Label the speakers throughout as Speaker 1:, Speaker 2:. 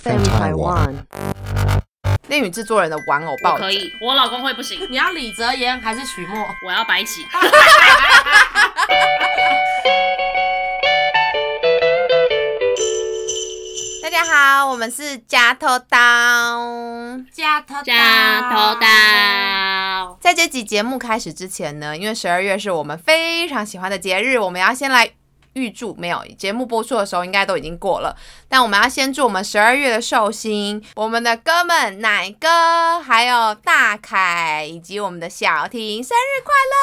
Speaker 1: FM Taiwan。
Speaker 2: 恋与制作人的玩偶
Speaker 3: 我
Speaker 2: 报
Speaker 3: 可以，我老公会不行，
Speaker 4: 你要李泽言还是许墨？
Speaker 3: 我要白起。
Speaker 2: 大家好，我们是加头刀。
Speaker 4: 加头
Speaker 3: 哦加头刀，
Speaker 2: 在这集节目开始之前呢，因为十二月是我们非常喜欢的节日，我们要先来预祝。没有节目播出的时候，应该都已经过了，但我们要先祝我们十二月的寿星、我们的哥们奶哥，还有大凯以及我们的小婷生日快乐！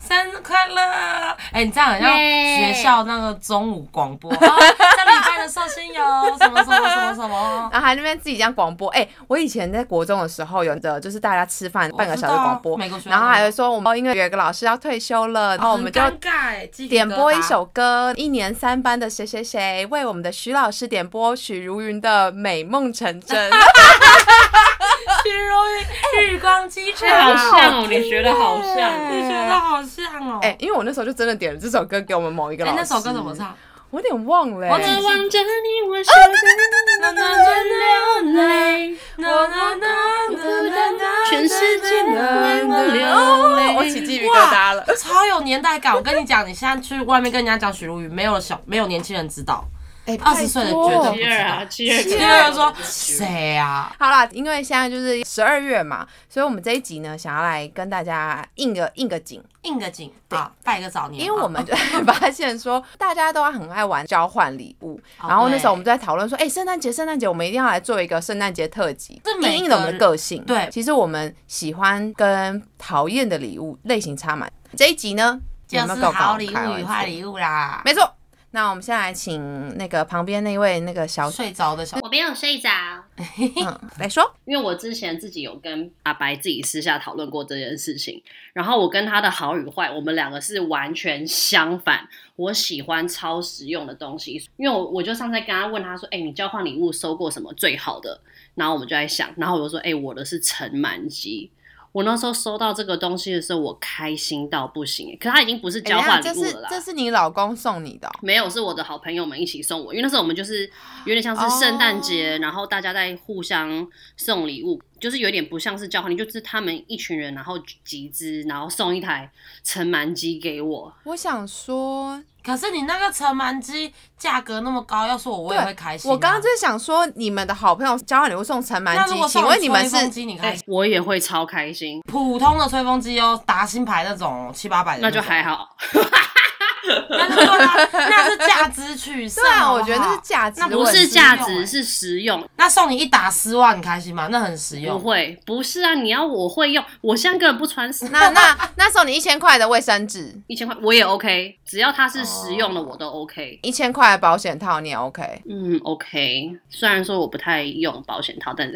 Speaker 4: 生日快乐！哎、你这样很像
Speaker 3: 耶
Speaker 4: 学校那个中午广播，哦这礼拜的寿星有什么什么什么什么。
Speaker 2: 然后还那边自己这样广播。哎、我以前在国中的时候，有的就是大家吃饭半个小时广播
Speaker 4: 我知道美国，学校
Speaker 2: 然后还有说我们因为有一个老师要退休
Speaker 4: 哦
Speaker 2: 了，然后我们就
Speaker 4: 很尴尬哎鸡皮
Speaker 2: 点
Speaker 4: 疙瘩
Speaker 2: 播一首歌，一年三班的谁谁谁为我们的徐老师点播许茹芸的《美梦成真》。
Speaker 4: 许茹芸《日光机场》，
Speaker 3: 太好像哦，你学的好像。
Speaker 4: 你觉得好像哦。
Speaker 2: 哎、因为我那时候就真的点了这首歌给我们某一个
Speaker 4: 哎、
Speaker 2: 老师。
Speaker 4: 那首歌怎么？唱？
Speaker 2: 我有点忘了、
Speaker 4: 我
Speaker 3: 我
Speaker 4: 只
Speaker 2: 欸。
Speaker 3: 望着你，我
Speaker 4: 哦
Speaker 3: 手着
Speaker 4: 那那那
Speaker 3: 流泪，
Speaker 4: 那那那那那
Speaker 3: 全世界都为我流 泪。
Speaker 2: 我起鸡皮疙瘩了。
Speaker 4: 超有年代感。我跟你讲，你现在去外面跟人家讲许茹芸，没有小没有年轻人知道。
Speaker 2: 哎，
Speaker 4: 20岁的
Speaker 2: 拜托
Speaker 4: 绝对
Speaker 3: 七二啊，七二，
Speaker 4: 年轻人说谁啊？
Speaker 2: 好啦，因为现在就是十二月嘛，所以我们这一集呢，想要来跟大家应个应个景，
Speaker 4: 应个景啊，拜个早年啊。
Speaker 2: 因为我们就 发现说，大家都很爱玩交换礼物，
Speaker 4: 哦
Speaker 2: 然后那时候我们就在讨论说，哎、圣诞节，圣诞节，我们一定要来做一个圣诞节特辑，
Speaker 4: 这每个
Speaker 2: 应应了我们的个性。
Speaker 4: 对
Speaker 2: 其实我们喜欢跟讨厌的礼物类型差蛮。这一集呢，
Speaker 4: 就
Speaker 2: 有没有
Speaker 4: 是
Speaker 2: 够
Speaker 4: 好礼物
Speaker 2: 开玩
Speaker 4: 与
Speaker 2: 笑
Speaker 4: 坏礼物啦。
Speaker 2: 没错。那我们现在来请那个旁边那位那个小
Speaker 4: 睡着的小
Speaker 3: 我没有睡着，
Speaker 2: 嗯来说，
Speaker 3: 因为我之前自己有跟阿白自己私下讨论过这件事情，然后我跟他的好与坏，我们两个是完全相反。我喜欢超实用的东西，因为我我就上次跟他问他说：“哎、你交换礼物收过什么最好的？”然后我们就在想，然后我就说：“哎、我的是尘螨机。”我那时候收到这个东西的时候，我开心到不行。可它已经不是
Speaker 2: 哎等
Speaker 3: 交
Speaker 2: 一下
Speaker 3: 换礼
Speaker 2: 这
Speaker 3: 物
Speaker 2: 是
Speaker 3: 了啦，
Speaker 2: 这是你老公送你的哦、
Speaker 3: 没有，是我的好朋友们一起送我，因为那时候我们就是有点像是圣诞节然后大家在互相送礼物，就是有点不像是交换，就是他们一群人然后集资，然后送一台尘螨机给我。
Speaker 2: 我想说，
Speaker 4: 可是你那个尘螨机价格那么高，要是我我也会开心啊。
Speaker 2: 我刚刚就是想说，你们的好朋友交换礼物送尘
Speaker 4: 那
Speaker 2: 螨
Speaker 4: 如果
Speaker 2: 机，
Speaker 4: 送
Speaker 2: 请问你们
Speaker 4: 吹风
Speaker 2: 是
Speaker 4: 机，你开
Speaker 3: 哎
Speaker 4: 心？，
Speaker 3: 我也会超开心，
Speaker 4: 普通的吹风机哦，达新牌那种七八百的，
Speaker 3: 那就还。好。
Speaker 4: 那就对啊，那是价值取 胜。
Speaker 2: 对啊，
Speaker 4: 好不好
Speaker 2: 我觉得那是价值
Speaker 4: 那
Speaker 2: 问题，
Speaker 3: 不是
Speaker 4: 实
Speaker 3: 价
Speaker 4: 用
Speaker 3: 值，
Speaker 4: 哎
Speaker 3: 是实用。
Speaker 4: 那送你一打丝袜，你开心吗？那很实
Speaker 3: 不
Speaker 4: 用。
Speaker 3: 会，不是啊！你要我会用，我现在根本不穿丝
Speaker 2: 那那那送你一千块的卫生纸，
Speaker 3: 一千块，我也 OK，只要它是实用的，我都 OK。
Speaker 2: 一千块的保险套，你也 OK？
Speaker 3: 嗯，OK。虽然说我不太用保险套，但是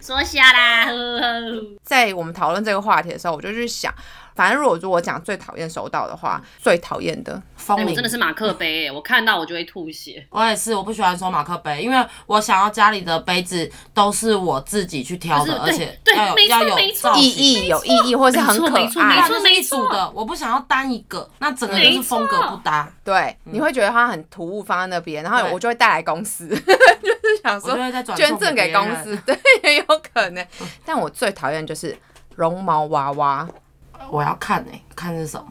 Speaker 3: 说瞎啦，呵呵
Speaker 2: 在我们讨论这个话题的时候，我就去想，反正如果如果我讲最讨厌收到的话，最讨厌的
Speaker 4: 风
Speaker 3: 哎
Speaker 4: 铃、
Speaker 3: 我真的是马克杯、我看到我就会吐血。
Speaker 4: 我也是，我不喜欢收马克杯，因为我想要家里的杯子都是我自己去挑的，而
Speaker 3: 就是对
Speaker 4: 且
Speaker 3: 对
Speaker 4: 要
Speaker 3: 没错
Speaker 4: 有要有
Speaker 3: 没错
Speaker 4: 造
Speaker 2: 意
Speaker 4: 型。
Speaker 2: 义有意义，或是很可
Speaker 3: 没错没
Speaker 2: 爱
Speaker 3: 错，
Speaker 4: 它就是一组的，我不想要单一个，那整个就是风格不搭。
Speaker 2: 对，你会觉得它很突兀放在那边，然后
Speaker 4: 嗯对
Speaker 2: 我就会带来公司， 就是想
Speaker 4: 我就
Speaker 2: 说
Speaker 4: 会再转
Speaker 2: 捐
Speaker 4: 送
Speaker 2: 赠给
Speaker 4: 别人嗯
Speaker 2: 公司，对，也有可能。 但我最讨厌就是绒毛娃娃，
Speaker 4: 我要看诶、看是什么，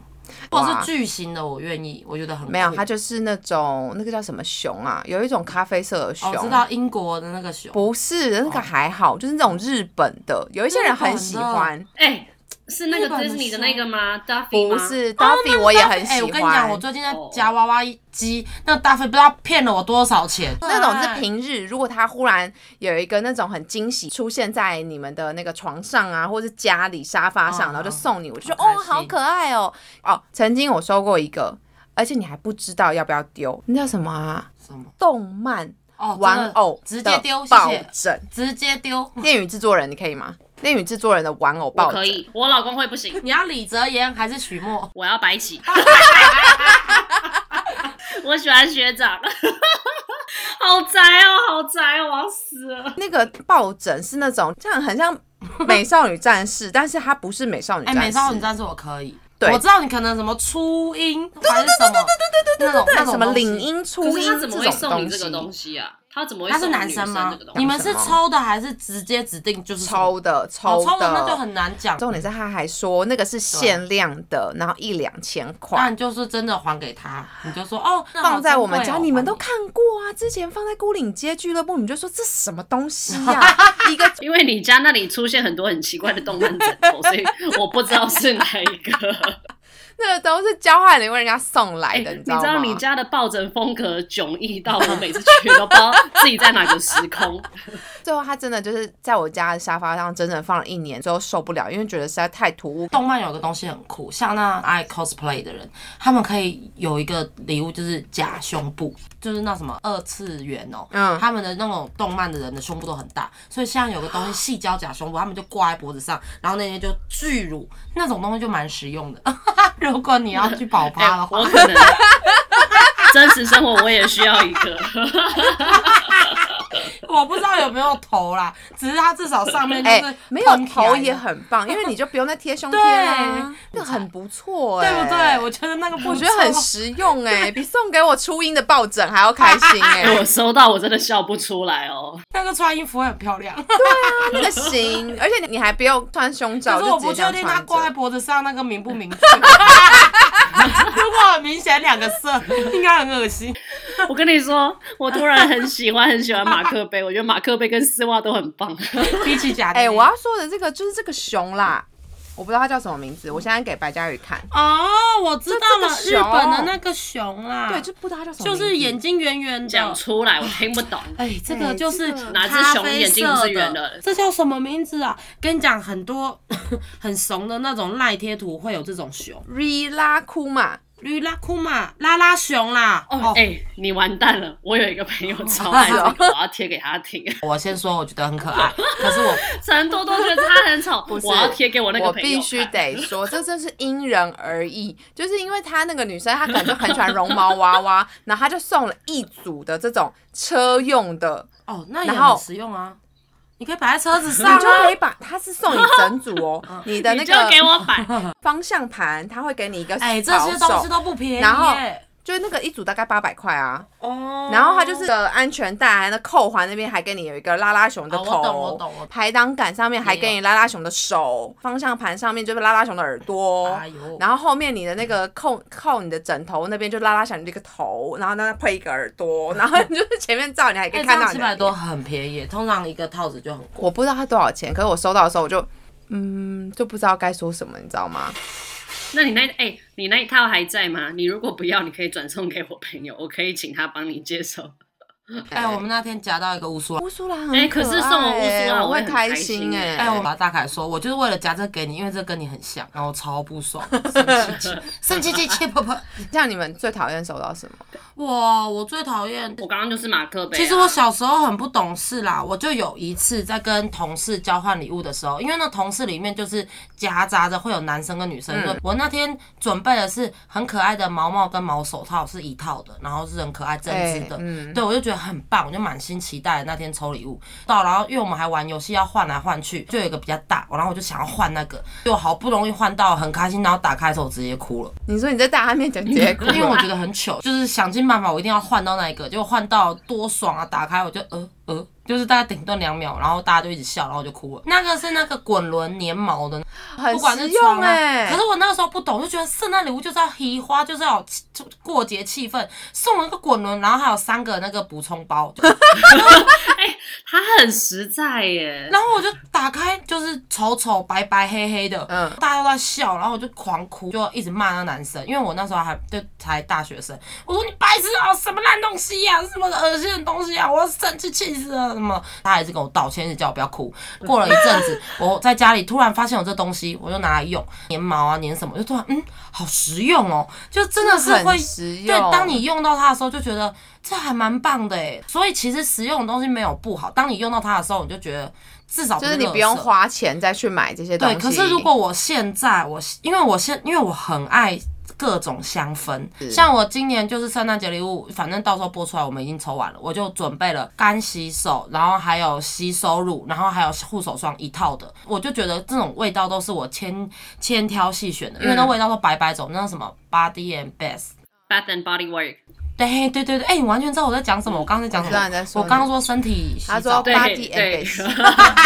Speaker 2: 哇
Speaker 4: 或者是巨型的，我愿意，我觉得很酷
Speaker 2: 没有，它就是那种那个叫什么熊啊，有一种咖啡色的熊。
Speaker 4: 哦我知道英国的那个熊，
Speaker 2: 不是
Speaker 4: 哦
Speaker 2: 那个还好，就是那种日本的，有一些人很喜欢，
Speaker 3: 哎、是那
Speaker 4: 日
Speaker 3: 个
Speaker 4: 本的
Speaker 3: 迪士尼的那个吗？Duffy 吗？
Speaker 2: 不是 Duffy 我也很
Speaker 4: 哎、
Speaker 2: 喜
Speaker 4: 我跟你讲，
Speaker 2: 欢
Speaker 4: 我。最近
Speaker 3: 哦
Speaker 4: 在夹娃娃机，那个大飞不知道骗了我多少钱。哎
Speaker 2: 那种是平日，如果他忽然有一个那种很惊喜出现在你们的那个床上啊，或是家里沙发上，
Speaker 4: 嗯
Speaker 2: 然后就送你，我就说
Speaker 4: 好开
Speaker 2: 哦，
Speaker 4: 心
Speaker 2: 好可爱哦。哦，曾经我收过一个，而且你还不知道要不要丢，那叫什么啊？
Speaker 4: 什么？
Speaker 2: 动漫
Speaker 4: 哦，
Speaker 2: 玩偶
Speaker 4: 直接
Speaker 2: 的
Speaker 4: 丢，谢
Speaker 2: 抱
Speaker 4: 谢，
Speaker 2: 枕。
Speaker 4: 直接丢。
Speaker 2: 恋与制作人，你可以吗？恋与制作人的玩偶
Speaker 3: 我
Speaker 2: 抱
Speaker 3: 可
Speaker 2: 枕，
Speaker 3: 以，我老公会不行，
Speaker 4: 你要李泽言还是许墨？
Speaker 3: 我要白起。我喜欢学长，好宅哦，好宅哦，我要死了。
Speaker 2: 那个抱枕是那种这样很像美少女战士，但是它不是美少女
Speaker 4: 哎、
Speaker 2: 战士，
Speaker 4: 美少女战士我可以，
Speaker 2: 对
Speaker 4: 我知道你可能什么初音还是什么，对对对对对对那种那
Speaker 2: 对，
Speaker 4: 种
Speaker 2: 什么
Speaker 4: 东西
Speaker 2: 领英、
Speaker 3: 可
Speaker 2: 初
Speaker 3: 是
Speaker 2: 音
Speaker 3: 他
Speaker 2: 这
Speaker 3: 怎么
Speaker 2: 种
Speaker 3: 会送你这个
Speaker 2: 东
Speaker 3: 东
Speaker 2: 西，
Speaker 3: 西啊？他怎么会
Speaker 4: 他
Speaker 3: 送
Speaker 4: 是男
Speaker 3: 女
Speaker 4: 生
Speaker 3: 生
Speaker 4: 吗
Speaker 3: 这个？东
Speaker 4: 你
Speaker 3: 西？
Speaker 4: 们是抽的还是直接指定就是
Speaker 2: 抽的
Speaker 4: 哦
Speaker 2: 抽
Speaker 4: 抽的
Speaker 2: 的，
Speaker 4: 那就很难讲。
Speaker 2: 重点是他还说那个是限量的，然后一两千
Speaker 4: 那
Speaker 2: 块。
Speaker 4: 你就是真的还给他，你就说哦，啊那好
Speaker 2: 放在我们
Speaker 4: 珍
Speaker 2: 家，
Speaker 4: 贵哦
Speaker 2: 你们都
Speaker 4: 还
Speaker 2: 看过啊。之前放在孤岭街俱乐部，你就说这什么东西呀、一个
Speaker 3: 因为你家那里出现很多很奇怪的动漫枕头，所以我不知道是哪一个。
Speaker 2: 那个都是交换礼物人家送来
Speaker 3: 哎，
Speaker 2: 的，
Speaker 3: 你
Speaker 2: 知道吗？
Speaker 3: 你家的抱枕风格迥异到我每次去都不知道自己在哪个时空。
Speaker 2: 最后他真的就是在我家的沙发上整整放了一年，最后受不了，因为觉得实在太突兀。
Speaker 4: 动漫有个东西很酷，像那爱 cosplay 的人，他们可以有一个礼物，就是假胸部，就是那什么二次元哦，
Speaker 2: 嗯
Speaker 4: 他们的那种动漫的人的胸部都很大，所以像有个
Speaker 2: 啊
Speaker 4: 东西细胶假胸部，他们就挂在脖子上，然后那些就巨乳，那种东西就蛮实用的。 如果你要去跑
Speaker 3: 哎
Speaker 4: 趴的话，
Speaker 3: 我可能真实生活我也需要一个。
Speaker 4: 我不知道有没有头啦，只是它至少上面就
Speaker 2: 哎、
Speaker 4: 是、
Speaker 2: 没有头也。很棒，因为你就不用再贴胸贴啦，
Speaker 4: 对
Speaker 2: 那很不错、
Speaker 4: 对
Speaker 2: 哎，
Speaker 4: 不对？？我觉得那个
Speaker 2: 我
Speaker 4: 不
Speaker 2: 觉得很
Speaker 4: 错
Speaker 2: 实用哎、比送给我初音的抱枕还要开心哎、
Speaker 3: 哎，我 收到我真的笑不出来哦。
Speaker 4: 那个穿衣服会很漂亮。
Speaker 2: 那个行，而且你还不用穿胸罩，
Speaker 4: 可是我
Speaker 2: 就直
Speaker 4: 不
Speaker 2: 接这
Speaker 4: 确
Speaker 2: 样
Speaker 4: 定他
Speaker 2: 穿
Speaker 4: 挂在
Speaker 2: 着。
Speaker 4: 脖子上那个明不明确。 如果很明显两个色， 应该很恶心。
Speaker 3: 我跟你说，我突然很喜欢很喜欢马克杯，我觉得马克杯跟丝袜都很棒。
Speaker 4: 比起假的，
Speaker 2: 哎、我要说的这个就是这个熊啦，我不知道它叫什么名字，我现在给白嘉宇看，
Speaker 4: 哦，我知道了，
Speaker 2: 就这
Speaker 4: 日
Speaker 2: 个熊
Speaker 4: 本的那个熊啦，
Speaker 2: 对，就不知道它叫什么
Speaker 4: 就
Speaker 2: 名字，
Speaker 4: 是眼睛圆圆
Speaker 3: 讲
Speaker 4: 的。
Speaker 3: 出来我听不懂。
Speaker 4: 哎，这个就是
Speaker 2: 这个
Speaker 3: 哪只
Speaker 4: 咖
Speaker 3: 熊
Speaker 4: 啡
Speaker 3: 眼睛不
Speaker 4: 色
Speaker 3: 是圆的
Speaker 4: 这叫什么名字啊？跟你讲，很多 很怂的那种赖贴图会有这种熊，
Speaker 2: 瑞拉库嘛，
Speaker 4: 绿拉库玛、拉拉熊啦。
Speaker 3: 哦，哎、你完蛋了！我有一个朋友超爱这个，我要贴给他听。
Speaker 4: 我先说，我觉得很可爱，可是我
Speaker 3: 陈多多觉得他很丑，
Speaker 2: 不是
Speaker 3: 我要贴给我哦那个
Speaker 2: 我
Speaker 3: 朋友看。
Speaker 2: 必须 得说，这真是因人而异。就是因为她那个女生，她可能就很喜欢绒毛娃娃，然后她就送了一组的这种车用的，
Speaker 4: 哦，那也
Speaker 2: 然后
Speaker 4: 很实用啊，你可以摆在车子
Speaker 2: 你
Speaker 4: 上啊
Speaker 2: 就。可以把它是送你整组
Speaker 4: 嗯
Speaker 2: 哦，你的那
Speaker 3: 你就给
Speaker 2: 个
Speaker 3: 我摆，
Speaker 2: 方向盘，它会给你一个
Speaker 4: 哎，这
Speaker 2: 保
Speaker 4: 些东
Speaker 2: 守
Speaker 4: 西都不便宜耶。
Speaker 2: 然后就是那个一组大概八百块啊，
Speaker 4: 哦，
Speaker 2: 然后它就是的安全带，还有那扣环那边还给你有一个拉拉熊的
Speaker 4: 哦
Speaker 2: 头，
Speaker 4: 我懂我懂我懂
Speaker 2: 排挡杆上面还给
Speaker 4: 也
Speaker 2: 你拉拉熊的手，方向盘上面就是拉拉熊的耳朵，
Speaker 4: 哎呦
Speaker 2: 然后后面你的那个扣扣你的枕头那边就拉拉熊的一个头，然后那配一个耳朵，然后你就是前面照你还可以
Speaker 4: 哎，
Speaker 2: 看到
Speaker 4: 七
Speaker 2: 你的
Speaker 4: 百多很便宜耶，通常一个套子就很贵。
Speaker 2: 我不知道它多少钱，可是我收到的时候我就。嗯，就不知道该说什么，你知道吗？
Speaker 3: 那你那哎、你那一套还在吗？你如果不要，你可以转送给我朋友，我可以请他帮你接手。
Speaker 4: 哎，我们那天夹到一个乌苏拉。啊
Speaker 2: 乌苏拉很
Speaker 3: 哎可是送我乌
Speaker 2: 可
Speaker 3: 苏
Speaker 2: 爱
Speaker 3: 拉
Speaker 2: 我
Speaker 3: 我
Speaker 2: 会
Speaker 3: 会很
Speaker 2: 开
Speaker 3: 开
Speaker 2: 心
Speaker 3: 心
Speaker 2: 哎、
Speaker 3: 哎
Speaker 4: 哎，我把大凯说，我就是为了夹这给你，因为这跟你很像，然后我超不 爽，生气气，生气气气婆婆。
Speaker 2: 像你们最讨厌收到什么？
Speaker 4: 哇，我最讨厌
Speaker 3: 我刚刚就是马克杯啊、
Speaker 4: 其实我小时候很不懂事啦，我就有一次在跟同事交换礼物的时候，因为那同事里面就是夹杂着会有男生跟女生，
Speaker 2: 嗯
Speaker 4: 我那天准备的是很可爱的毛毛跟毛手套是一套的，然后是很可爱针织的，
Speaker 2: 哎嗯
Speaker 4: 对我就觉得很棒，我就满心期待那天抽礼物到，然后因为我们还玩游戏要换来换去，就有一个比较大，然后我就想要换那个，我好不容易换到很开心，然后打开的时候我直接哭了。
Speaker 2: 你说你在大家面前 直接哭，
Speaker 4: 因为我觉得很糗，就是想尽办法，我一定要换到那一个，结果换到多爽啊！打开我就呃呃，就是大概顶顿两秒，然后大家就一直笑，然后我就哭了。那个是那个滚轮粘毛的，
Speaker 2: 很
Speaker 4: 不管
Speaker 2: 实
Speaker 4: 是
Speaker 2: 用
Speaker 4: 床啊
Speaker 2: 哎、
Speaker 4: 可是我那个时候不懂，就觉得圣诞礼物就是要提花，就是要有气就过节气氛，送了一个滚轮，然后还有三个那个补充包，
Speaker 3: 他很实在耶。
Speaker 4: 然后我就打开，就是丑丑白白黑黑的，
Speaker 2: 嗯
Speaker 4: 大家都在笑，然后我就狂哭，就一直骂那男生，因为我那时候还就才大学生，我说你白痴啊，什么烂东西呀、什么恶心的东西啊，我要生气气死了，什么，他还是跟我道歉，一直叫我不要哭。过了一阵子，我在家里突然发现有这东西，我就拿来用，粘毛啊粘什么，就突然嗯，好实用哦，就真的是会
Speaker 2: 很实用。
Speaker 4: 对，当你用到它的时候，就觉得这还蛮棒的哎。所以其实实用的东西没有不好，当你用到它的时候，你就觉得至少
Speaker 2: 就是你
Speaker 4: 垃圾
Speaker 2: 不用。花钱再去买这些东
Speaker 4: 对，
Speaker 2: 西。
Speaker 4: 可是如果我现在我因为我现因为我很爱各种香氛。
Speaker 2: 是
Speaker 4: 像我今年就是圣诞节礼物，反正到时候播出来我们已经抽完了，我就准备了干洗手，然后还有洗手乳，然后还有护手霜一套的。我就觉得这种味道都是我千千挑细选的，因
Speaker 2: 嗯
Speaker 4: 为那味道都白白种，那叫什么 Body and Bath。
Speaker 3: Bath and Body Work，
Speaker 4: 对对对对，哎、你完全知道我在讲什么。我刚刚在讲什
Speaker 2: 我知道你在
Speaker 4: 么？
Speaker 2: 说
Speaker 4: 我刚刚说身体洗
Speaker 2: 他
Speaker 4: 澡
Speaker 2: 说
Speaker 3: 对
Speaker 2: Body and
Speaker 3: 对
Speaker 2: Base，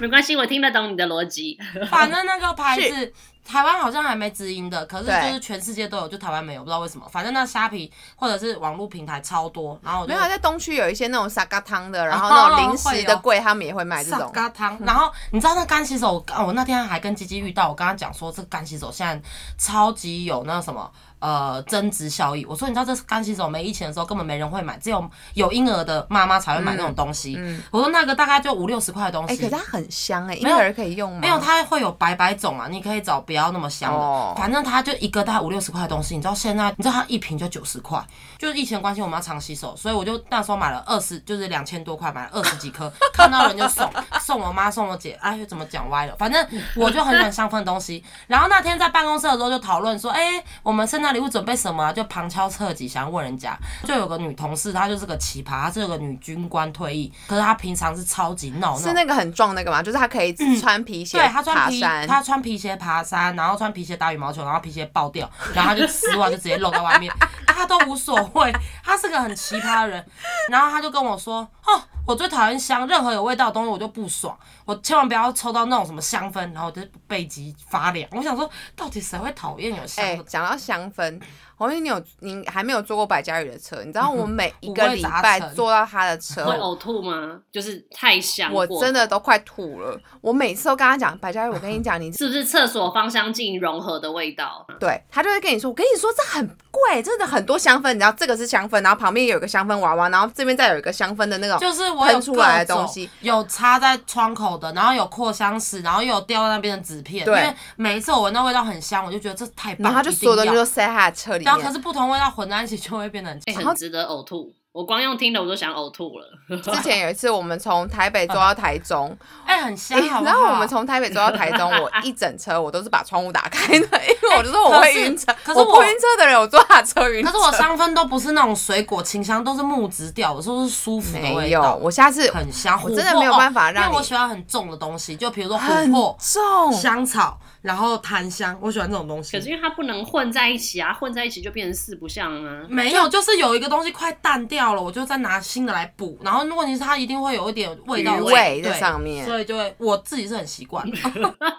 Speaker 3: 没关系，我听得懂你的逻 辑。
Speaker 4: 反正那个牌子台湾好像还没直营的，可是
Speaker 2: 对
Speaker 4: 就是全世界都有，就台湾没有，不知道为什么。反正那虾皮或者是网络平台超多，然后我就
Speaker 2: 哦没有在东区有一些那种沙嘎汤的，然后
Speaker 4: 嗯哦
Speaker 2: 那种零食
Speaker 4: 会
Speaker 2: 的
Speaker 4: 有
Speaker 2: 柜，他们也会卖这
Speaker 4: 上
Speaker 2: 种。
Speaker 4: 嘎汤。然后你知道那干洗手，我我那天还跟鸡鸡遇到，我跟他讲说这个干洗手现在超级有那个什么。呃，增值效益。我说，你知道这干洗手没疫情的时候根本没人会买，只有有婴儿的妈妈才会买那种东西。我说那个大概就五六十块的东
Speaker 2: 嗯
Speaker 4: 西。
Speaker 2: 哎、可是它很香哎、婴
Speaker 4: 没有
Speaker 2: 儿可以用吗？
Speaker 4: 没有，它会有白白种啊，你可以找不要那么香的。
Speaker 2: 哦
Speaker 4: 反正它就一个大概五六十块的东西，你知道现在，你知道它一瓶就九十块，就是疫情的关系，我们要常洗手，所以我就那时候买了二十，就是两千多块买了二十几颗，看到人就送， 送我妈送我姐，哎，怎么讲歪了？反正我就很喜欢香氛的东西。然后那天在办公室的时候就讨论说，哎、我们圣诞礼物准备什么、啊？就旁敲侧击想要问人家，就有个女同事，她就是个奇葩，她是个女军官退役，可是她平常是超级闹闹。
Speaker 2: 哦是那个很壮那个嘛，就是他可以穿皮鞋、
Speaker 4: 嗯对他
Speaker 2: 爬
Speaker 4: 穿皮，
Speaker 2: 山，
Speaker 4: 他穿皮鞋爬山，然后穿皮鞋打羽毛球，然后皮鞋爆掉，然后他就丝袜就直接露在外面，他都无所谓，他是个很奇葩的人。然后他就跟我说：“哦，我最讨厌香，任何有味道的东西我就不爽，我千万不要抽到那种什么香氛。”然后我就背脊发凉。我想说，到底谁会讨厌有香
Speaker 2: 哎
Speaker 4: 的？，
Speaker 2: 讲到香氛，黄英，你有你还没有坐过白嘉宇的车？你知道我每一个
Speaker 4: 五味
Speaker 2: 礼
Speaker 4: 杂
Speaker 2: 拜
Speaker 4: 陈
Speaker 2: 坐到他的
Speaker 3: 会
Speaker 2: 车，
Speaker 3: 呕吐吗？就是太香过
Speaker 2: 我
Speaker 3: 头，
Speaker 2: 真的都快吐了。我每次都跟他讲，白嘉宇，我跟你讲，你
Speaker 3: 是不是厕所芳香剂融合的味道？
Speaker 2: 对他就会跟你说，我跟你说这很贵，真的很多香氛，你知道这个是香氛，然后旁边有一个香氛娃娃，然后这边再有一个香氛的那种。
Speaker 4: 就是我有
Speaker 2: 喷出来的
Speaker 4: 各种
Speaker 2: 东西，
Speaker 4: 有插在窗口的，然后有扩香石，然后又有掉在那边的纸片。因
Speaker 2: 对
Speaker 4: 为每一次我闻到味道很香，我就觉得这太棒了。
Speaker 2: 然后他就
Speaker 4: 嗯一定
Speaker 2: 所有东西
Speaker 4: 要
Speaker 2: 都塞他的车里
Speaker 4: 然后可
Speaker 2: 面，
Speaker 4: 是不同味道混在一起就会变得很
Speaker 3: 哎、
Speaker 4: 强。
Speaker 3: 很值得呕吐。我光用听的我都想呕吐了。
Speaker 2: 之前有一次我们从台北坐到台中，
Speaker 4: 哎、很香，好不好？
Speaker 2: 然后我们从台北坐到台中，我一整车我都是把窗户打开的，因为我就说我会晕车，
Speaker 4: 可是可是
Speaker 2: 我
Speaker 4: 我
Speaker 2: 不晕车的人，我坐他的车晕车。
Speaker 4: 可是我香氛都不是那种水果清香，都是木质调的，都是舒服的
Speaker 2: 没
Speaker 4: 味
Speaker 2: 有
Speaker 4: 道，，
Speaker 2: 我下次
Speaker 4: 很香。
Speaker 2: 我真的
Speaker 4: 琥珀哦
Speaker 2: 没有办法让
Speaker 4: 因为我
Speaker 2: 你
Speaker 4: 喜欢很重的东西，就比如说琥
Speaker 2: 很
Speaker 4: 珀、
Speaker 2: 重。
Speaker 4: 香草，然后檀香，我喜欢这种东
Speaker 3: 可是
Speaker 4: 西。
Speaker 3: 因为它不能混在一起啊，混在一起就变成四不像啊。
Speaker 4: 没有，就是有一个东西快淡掉了，我就再拿新的来补。然后问题是它一定会有一点味道
Speaker 2: 余味
Speaker 4: 味
Speaker 2: 在
Speaker 4: 对
Speaker 2: 上面
Speaker 4: 所以就会我自己是很习惯。
Speaker 3: 嗯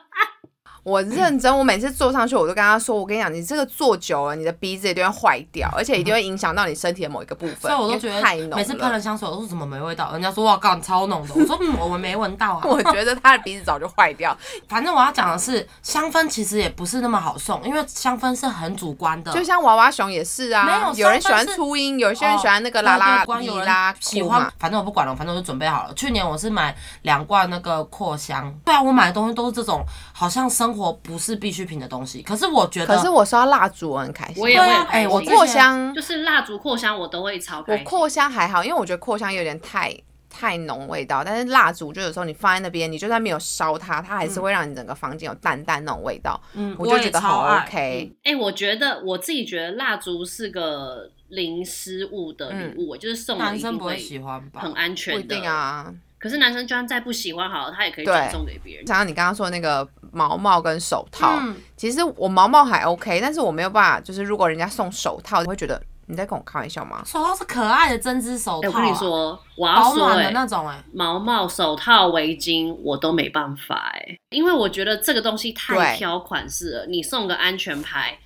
Speaker 2: 我认真，我每次坐上去，我都跟他说：“我跟你讲，你这个坐久了，你的鼻子一定会坏掉，而且一定会影响到你身体的某一个部分。”
Speaker 4: 所以我都觉
Speaker 2: 太
Speaker 4: 得
Speaker 2: 浓
Speaker 4: 每次喷
Speaker 2: 了。
Speaker 4: 了香水，我都说怎么没味道？人家说哇靠，你超浓的。我说嗯，我们没闻到啊。
Speaker 2: 我觉得他的鼻子早就坏掉，
Speaker 4: 反正我要讲的是，香氛其实也不是那么好送，因为香氛是很主观的。
Speaker 2: 就像娃娃熊也是啊。
Speaker 4: 没有
Speaker 2: 有人喜
Speaker 4: 上班
Speaker 2: 欢
Speaker 4: 是哦
Speaker 2: 初音，有些人喜欢那个拉拉
Speaker 4: 对对对
Speaker 2: 里
Speaker 4: 有人
Speaker 2: 拉
Speaker 4: 喜
Speaker 2: 裤
Speaker 4: 欢
Speaker 2: 嘛。，
Speaker 4: 反正我不管了，反正我就准备好了。去年我是买两罐那个扩香，对啊，我买的东西都是这种好像生活不是必需品的东西。可是我觉得，
Speaker 2: 可是我收到蜡烛，我很开心。
Speaker 3: 我也
Speaker 4: 对
Speaker 3: 会
Speaker 4: 啊
Speaker 3: 很开
Speaker 4: 哎
Speaker 3: 心，
Speaker 4: 我之前
Speaker 2: 扩香
Speaker 3: 就是蜡烛扩香，我都会超开
Speaker 2: 我
Speaker 3: 心。
Speaker 2: 扩香还好，因为我觉得扩香有点太太浓味道，但是蜡烛就有时候你放在那边，你就算没有烧它，它还是会让你整个房间有淡淡那种味道，
Speaker 4: 嗯，
Speaker 2: 就
Speaker 4: 也
Speaker 2: 觉得
Speaker 4: 超
Speaker 2: 好
Speaker 4: 爱
Speaker 2: OK。
Speaker 3: 哎、我觉得我自己觉得蜡烛是个零失误的
Speaker 2: 嗯
Speaker 3: 礼物，就是送了
Speaker 4: 男
Speaker 3: 一
Speaker 4: 生
Speaker 3: 定
Speaker 4: 不会喜
Speaker 3: 会
Speaker 4: 欢吧
Speaker 3: 很？安全
Speaker 2: 不
Speaker 3: 的。
Speaker 2: 一定。啊，
Speaker 3: 可是男生就算再不喜欢好了，他也可以
Speaker 2: 对
Speaker 3: 转送给别人。
Speaker 2: 想到你刚刚说的那个毛毛跟手套，
Speaker 4: 嗯
Speaker 2: 其实我毛毛还 OK，但是我没有办法，就是如果人家送手套，我会觉得你在跟我开玩笑吗？
Speaker 4: 手套是可爱的针织手
Speaker 3: 哎、
Speaker 4: 套、啊
Speaker 3: 我跟你，说，我要
Speaker 4: 保
Speaker 3: 说、
Speaker 4: 暖
Speaker 3: 欸，
Speaker 4: 的那种、哎，
Speaker 3: 毛毛、手套、围巾，我都没办法哎、因为我觉得这个东西太
Speaker 2: 对
Speaker 3: 挑款式了。你送个安全牌，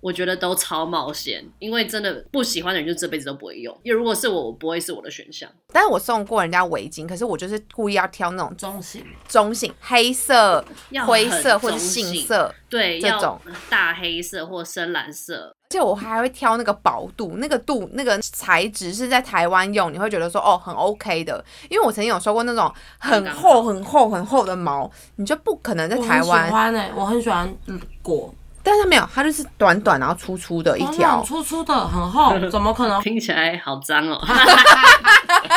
Speaker 3: 我觉得都超冒险，因为真的不喜欢的人就这辈子都不会用。因为如果是我，我不会是我的选项。
Speaker 2: 但是我送过人家围巾，可是我就是故意要挑那种
Speaker 4: 中性。
Speaker 2: 中性、黑色
Speaker 3: 要、很
Speaker 2: 灰色或者
Speaker 3: 中性
Speaker 2: 杏色，
Speaker 3: 对，
Speaker 2: 这
Speaker 3: 要
Speaker 2: 种
Speaker 3: 大黑色或深蓝色，
Speaker 2: 而且我还会挑那个薄度，那个度那个材质是在台湾用，你会觉得说哦很 OK 的，因为我曾经有收过那种很厚很厚很厚的毛，你就不可能在
Speaker 4: 我
Speaker 2: 台
Speaker 4: 很喜
Speaker 2: 湾，
Speaker 4: 欢哎、我很喜欢嗯果，
Speaker 2: 但是它没有，它就是短短然后粗粗的一
Speaker 4: 短
Speaker 2: 条
Speaker 4: 哦短，粗粗的，很厚，怎么可能
Speaker 3: 听起来好脏哦。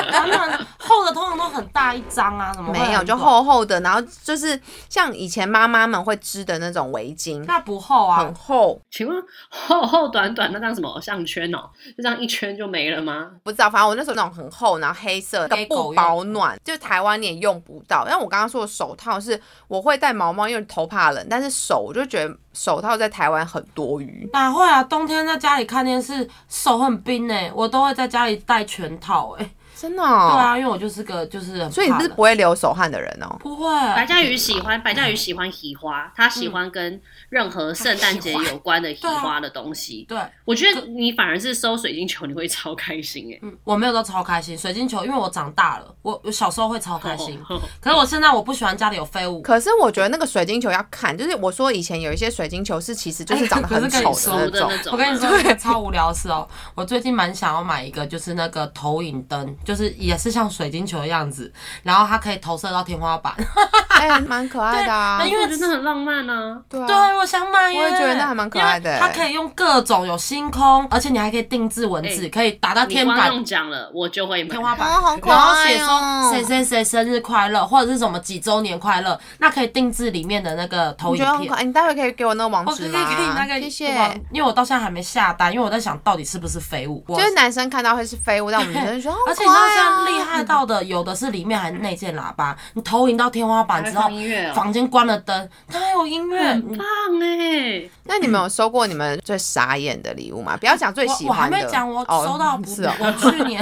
Speaker 4: 他们厚的通常都很大一张啊，什么会
Speaker 2: 没有，
Speaker 4: 很
Speaker 2: 就
Speaker 4: 短。
Speaker 2: 厚厚的，然后就是像以前妈妈们会织的那种围巾，
Speaker 4: 那不厚啊
Speaker 2: 很，厚，
Speaker 3: 请问厚厚短短那叫什么偶像圈哦？就这样一圈就没了吗？
Speaker 2: 不知道，反正我那时候那种很厚，然后黑色的
Speaker 4: 给狗
Speaker 2: 不
Speaker 4: 用
Speaker 2: 保暖，就台湾你也用不到。但我刚刚说的手套是我会戴毛毛，因为头怕冷，但是手我就觉得手套在台湾很多余。
Speaker 4: 哪会啊？冬天在家里看电视，手很冰哎、我都会在家里带全套哎、
Speaker 2: 真的、
Speaker 4: 对
Speaker 2: 哦，
Speaker 4: 啊，因为我就是个就是很
Speaker 2: 所以你
Speaker 4: 怕
Speaker 2: 是
Speaker 4: 冷
Speaker 2: 不会流手汗的人哦。
Speaker 4: 不会
Speaker 3: 白嘉宇喜欢白嘉宇喜欢喜花，他喜欢跟任何圣诞节有关的喜
Speaker 4: 啊
Speaker 3: 花的东西。
Speaker 4: 对。
Speaker 3: 我觉得你反而是收水晶球，你会超开心哎、
Speaker 4: 嗯我没有都超开心，水晶球，因为我长大了，我我小时候会超开心，
Speaker 3: 哦
Speaker 4: 可是我现在我不喜欢家里有飞舞，
Speaker 2: 可是我觉得那个水晶球要看，就是我说以前有一些水晶球是其实就是
Speaker 4: 哎
Speaker 2: 长得很丑的
Speaker 3: 熟
Speaker 2: 那
Speaker 3: 的
Speaker 2: 种
Speaker 3: 那，种。
Speaker 4: 我跟你说，超无聊的事哦。我最近蛮想要买一个，就是那个投影灯，就是也是像水晶球的样子，然后它可以投射到天花板。
Speaker 2: 哎，蛮可爱的啊
Speaker 4: 对那。因
Speaker 3: 因
Speaker 4: 为
Speaker 3: 为我觉哦得很浪漫啊。
Speaker 2: 对
Speaker 4: 对，
Speaker 2: 啊，
Speaker 4: 我想买耶，
Speaker 2: 我也觉得那还蛮可爱的欸
Speaker 4: 因为它可以用各种有星空，而且你还可以定制文字，
Speaker 3: 哎
Speaker 4: 可以打到
Speaker 3: 你
Speaker 4: 啊天
Speaker 3: 光
Speaker 4: 板
Speaker 3: 用讲了，我就会买
Speaker 4: 天。花板，
Speaker 2: 啊好可
Speaker 4: 然后
Speaker 2: 爱
Speaker 4: 写
Speaker 2: 哦
Speaker 4: 说谁谁谁生日快乐，或者是什么几周年快乐，那可以定制里面的那个投
Speaker 2: 我
Speaker 4: 影
Speaker 2: 觉得很
Speaker 4: 片
Speaker 2: 可。哎爱。你待会可以给我那个网
Speaker 4: 我可
Speaker 2: 址
Speaker 4: 以
Speaker 2: 吗？
Speaker 4: 可以那个
Speaker 2: 谢谢。
Speaker 4: 网因为我到现在还没下单，因为我在想到底是不是废物。我
Speaker 2: 就是男生看到会是飞舞，但我们女生就说，
Speaker 4: 而且你知道这
Speaker 2: 像
Speaker 4: 样厉害到的，有的是里面还内建喇叭，你投影到天花板之
Speaker 3: 还
Speaker 4: 后
Speaker 3: 放音乐哦，
Speaker 4: 房间关了灯，它还有音乐。
Speaker 3: 很
Speaker 2: 嗯
Speaker 4: 你
Speaker 3: 棒哎、
Speaker 2: 那你们有收过你们最傻眼的礼物 吗？不要讲最
Speaker 4: 我
Speaker 2: 喜
Speaker 4: 我还
Speaker 2: 欢的。
Speaker 4: 没讲，我
Speaker 2: 哦
Speaker 4: 收到不
Speaker 2: 是哦，
Speaker 4: 我 去年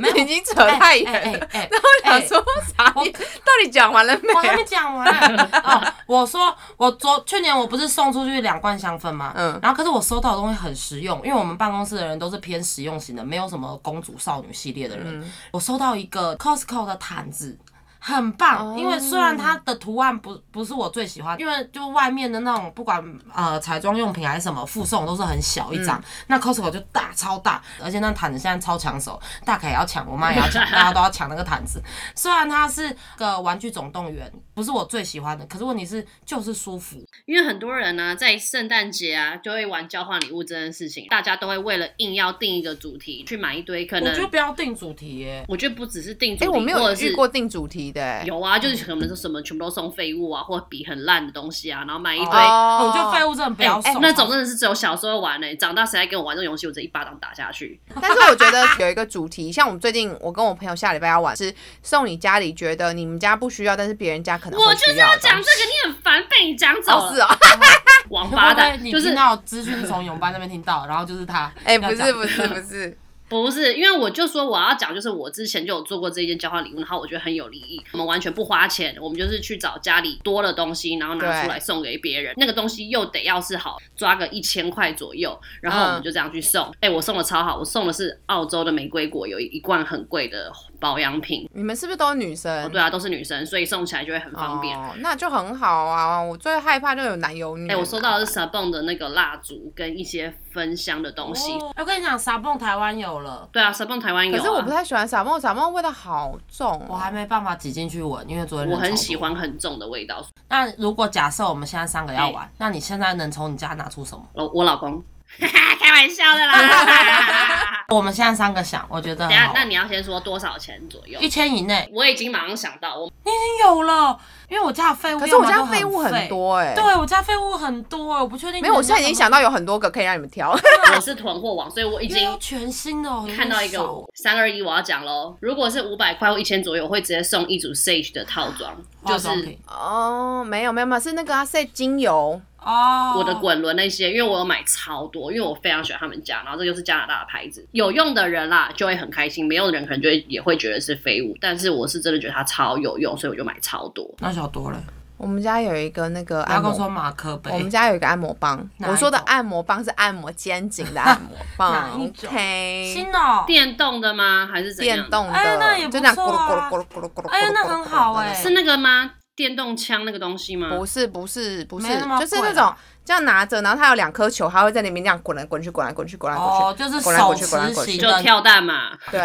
Speaker 4: 没有
Speaker 2: 已经扯太远了。
Speaker 4: 哎哎哎哎
Speaker 2: 然后我想说傻
Speaker 4: 我
Speaker 2: 眼，到底讲完了没
Speaker 4: 我还
Speaker 2: 有
Speaker 4: 没？讲完哦。我说我昨去年我不是送出去两罐香氛吗？
Speaker 2: 嗯
Speaker 4: 嗯，然后可是我收到的东西很实用，因为我们办公室的人都是偏实用型的，没有什么公主少女系列的人。
Speaker 2: 嗯
Speaker 4: 我收到一个 Costco 的毯子。很棒，
Speaker 2: 哦
Speaker 4: 因为虽然它的图案不不是我最喜欢，因为就外面的那种不管呃彩妆用品还是什么附送都是很小一
Speaker 2: 嗯
Speaker 4: 张，那 Costco 就大超大，而且那毯子现在超抢手，大凯也要抢，我妈也要 抢，大家都要抢那个毯子。虽然它是个玩具总动员，不是我最喜欢的，可是问题是就是舒服。
Speaker 3: 因为很多人呢、在圣诞节啊，就会玩交换礼物这件事情，大家都会为了硬要定一个主题去买一堆，可
Speaker 4: 我
Speaker 3: 能
Speaker 4: 觉得不要定主题耶、
Speaker 3: 我觉得不只是定 主
Speaker 2: 哎，
Speaker 3: 题，
Speaker 2: 我没
Speaker 3: 或
Speaker 2: 有
Speaker 3: 者是
Speaker 2: 遇过定主题的，哎
Speaker 3: 有啊，就是可能是什么全部都送废物啊，或笔很烂的东西啊，然后买一堆。
Speaker 2: 哦
Speaker 4: 我觉得废物真的不要
Speaker 3: 哎
Speaker 4: 送、啊
Speaker 3: 那种真的是只有小时候玩呢、欸长大谁还跟我玩这种游戏，我直接一巴掌打下去。
Speaker 2: 但是我觉得有一个主题， 像我们最近，我跟我朋友下礼拜要玩是送你家里觉得你们家不需要，但是别人家可能
Speaker 3: 我
Speaker 2: 会
Speaker 3: 就
Speaker 2: 需
Speaker 3: 是要
Speaker 2: 的
Speaker 3: 讲
Speaker 2: 东
Speaker 3: 这
Speaker 2: 西。
Speaker 3: 个，你很烦，被你讲走
Speaker 2: 哦，是
Speaker 3: 了，
Speaker 2: 哦，
Speaker 3: 王
Speaker 4: 会不会
Speaker 3: 八蛋。
Speaker 4: 你
Speaker 3: 就是
Speaker 4: 听到资讯是从永班那边听到，然后就是 他。
Speaker 2: 哎，
Speaker 4: 要
Speaker 2: 不
Speaker 4: 讲
Speaker 2: 是不是不是，
Speaker 3: 不是，因为我就说我要讲，就是我之前就有做过这一件交换礼物，然后我觉得很有利益。我们完全不花钱，我们就是去找家里多的东西，然后拿出来送给别人。那个东西又得要是好，抓个一千块左右，然后我们就这样去送。
Speaker 2: 嗯
Speaker 3: 哎、我送的超好，我送的是澳洲的玫瑰果，有一罐很贵的保养品。
Speaker 2: 你们是不是都是女生？
Speaker 3: 哦，对啊，都是女生，所以送起来就会很方便。
Speaker 2: 哦，那就很好啊！我最害怕就有男友女。
Speaker 3: 哎、我收到的是 Sabon 的那个蜡烛跟一些分香的东西。
Speaker 4: 哦我跟你讲，傻蹦台湾有了，
Speaker 3: 对啊，Sabon 台湾有、啊，
Speaker 2: 可是我不太喜欢撒梦，撒梦味道好重哦、
Speaker 4: 我还没办法挤进去闻，因为昨天
Speaker 3: 我很
Speaker 4: 人超
Speaker 3: 喜
Speaker 4: 多。
Speaker 3: 欢很重的味道。
Speaker 4: 那如果假设我们现在三个要玩，那你现在能从你家拿出什么？
Speaker 3: 老我老公， 开玩笑的啦。
Speaker 4: 我们现在三个想，我觉得
Speaker 3: 等
Speaker 4: 很
Speaker 3: 下
Speaker 4: 好，
Speaker 3: 那你要先说多少钱左右
Speaker 4: 一？千以内
Speaker 3: 我已经马上想到，我
Speaker 4: 已经有了，因为我家的废物，
Speaker 2: 可是我家废
Speaker 4: 废
Speaker 2: 物很，多哎、
Speaker 4: 对我家废物很多，我不确定
Speaker 2: 没有，我现在已经想
Speaker 4: 到
Speaker 2: 到有很多个可以让你们挑。
Speaker 3: 我是囤货王，所以我已
Speaker 4: 已经
Speaker 3: 经
Speaker 4: 有全新的，有点
Speaker 3: 看到一
Speaker 4: 少
Speaker 3: 个三二一，我要讲喽。如果是五百块或一千左右，我会直接送一组 Sage 的套装，就
Speaker 4: 化
Speaker 3: 是
Speaker 4: 妆品
Speaker 2: 哦，没有没有没有，是那个阿塞精油，
Speaker 4: 哦，
Speaker 3: 我的滚轮那些，因为我有买超多，因为我非常喜欢他们家，然后这就是加拿大的牌子，有用的人啦就会很开心，没用的人可能就会也会觉得是废物，但是我是真的觉得它超有用，所以我就买超多。
Speaker 4: 那小多嘞，
Speaker 2: 我们家有一个那个
Speaker 4: 不要
Speaker 2: 按摩
Speaker 4: 跟我，说马克
Speaker 2: 我
Speaker 4: 杯
Speaker 2: 们，家有一个按摩棒。
Speaker 4: 哪一
Speaker 2: 我说的
Speaker 4: 种
Speaker 2: 按摩棒是按摩肩颈的按摩
Speaker 4: 哪
Speaker 2: 棒
Speaker 4: 一种
Speaker 2: ，OK，
Speaker 4: 新的哦，
Speaker 3: 电动的吗？还是怎样的？
Speaker 2: 电动的，
Speaker 4: 哎那也不
Speaker 2: 就这样咕
Speaker 4: 错
Speaker 2: 噜咕噜
Speaker 4: 啊
Speaker 2: 咕噜咕噜咕噜咕噜咕噜咕噜咕噜。
Speaker 4: 哎那很
Speaker 2: 咕
Speaker 4: 好
Speaker 2: 噜咕噜
Speaker 4: 哎
Speaker 3: 是那个吗？电动枪那个东西吗？
Speaker 2: 不是不是不是
Speaker 4: 没那，么
Speaker 2: 就是
Speaker 4: 贵
Speaker 2: 那
Speaker 4: 啦
Speaker 2: 种这样拿着，然后它有两颗球，它会在里面这样滚来滚去，滚来滚去，滚来滚
Speaker 4: 哦，
Speaker 2: 去，
Speaker 4: 就是
Speaker 2: 滚来
Speaker 4: 手
Speaker 2: 滚去，滚来
Speaker 4: 持
Speaker 2: 滚去
Speaker 4: 型。
Speaker 3: 就
Speaker 4: 的，
Speaker 3: 跳蛋嘛。
Speaker 2: 对，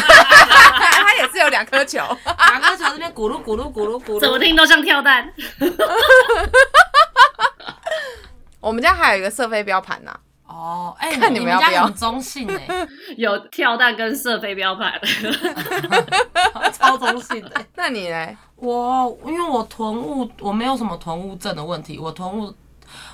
Speaker 2: 它也是有两颗 球。
Speaker 4: 马克球啊这边咕噜咕噜咕噜 咕
Speaker 3: 怎么
Speaker 4: 噜，
Speaker 3: 听都像跳蛋。
Speaker 2: 我们家还有一个射飞镖盘呐、
Speaker 4: 哦，哎、
Speaker 2: 看你
Speaker 4: 你
Speaker 2: 们要不
Speaker 4: 家
Speaker 2: 要
Speaker 4: 很中性哎、
Speaker 3: 有跳蛋跟射飞镖牌，
Speaker 4: 超中性的、
Speaker 2: 那你嘞？
Speaker 4: 我因为我囤物，我没有什么囤物症的问题，我囤物。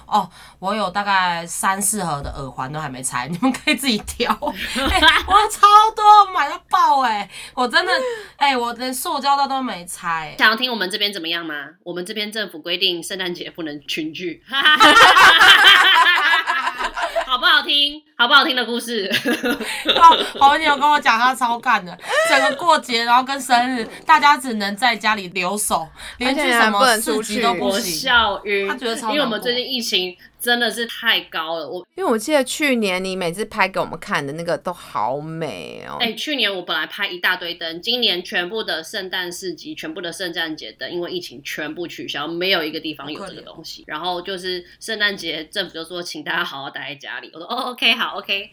Speaker 4: 哦，我有大概三四盒的耳环都还没拆， 你们可以自己挑。哎我超多，我买到爆哎、我真的哎、我连塑胶袋都没拆、
Speaker 3: 想要听我们这边怎么样吗？我们这边政府规定圣诞节不能群聚， 好不好听？好不好听的故事？
Speaker 4: 哦，侯你有跟我讲，他超干的，整个过节然后跟生日，大家只能在家里留守，连去什么市集都不
Speaker 3: 我
Speaker 4: 行。
Speaker 3: 笑晕，
Speaker 4: 他觉得超
Speaker 3: 因为我
Speaker 4: 难
Speaker 3: 们
Speaker 4: 过
Speaker 3: 最近疫情真的是太高了。我
Speaker 2: 因为我记得去年你每次拍给我们看的那个都好美哦。
Speaker 3: 哎、去年我本来拍一大堆灯，今年全部的圣诞市集、全部的圣诞节灯，因为疫情全部取消，没有一个地方有
Speaker 4: 好可
Speaker 3: 这个
Speaker 4: 怜哦
Speaker 3: 东西。然后就是圣诞节，政府就说请大家好好待在家里。我说哦，OK，好，OK。，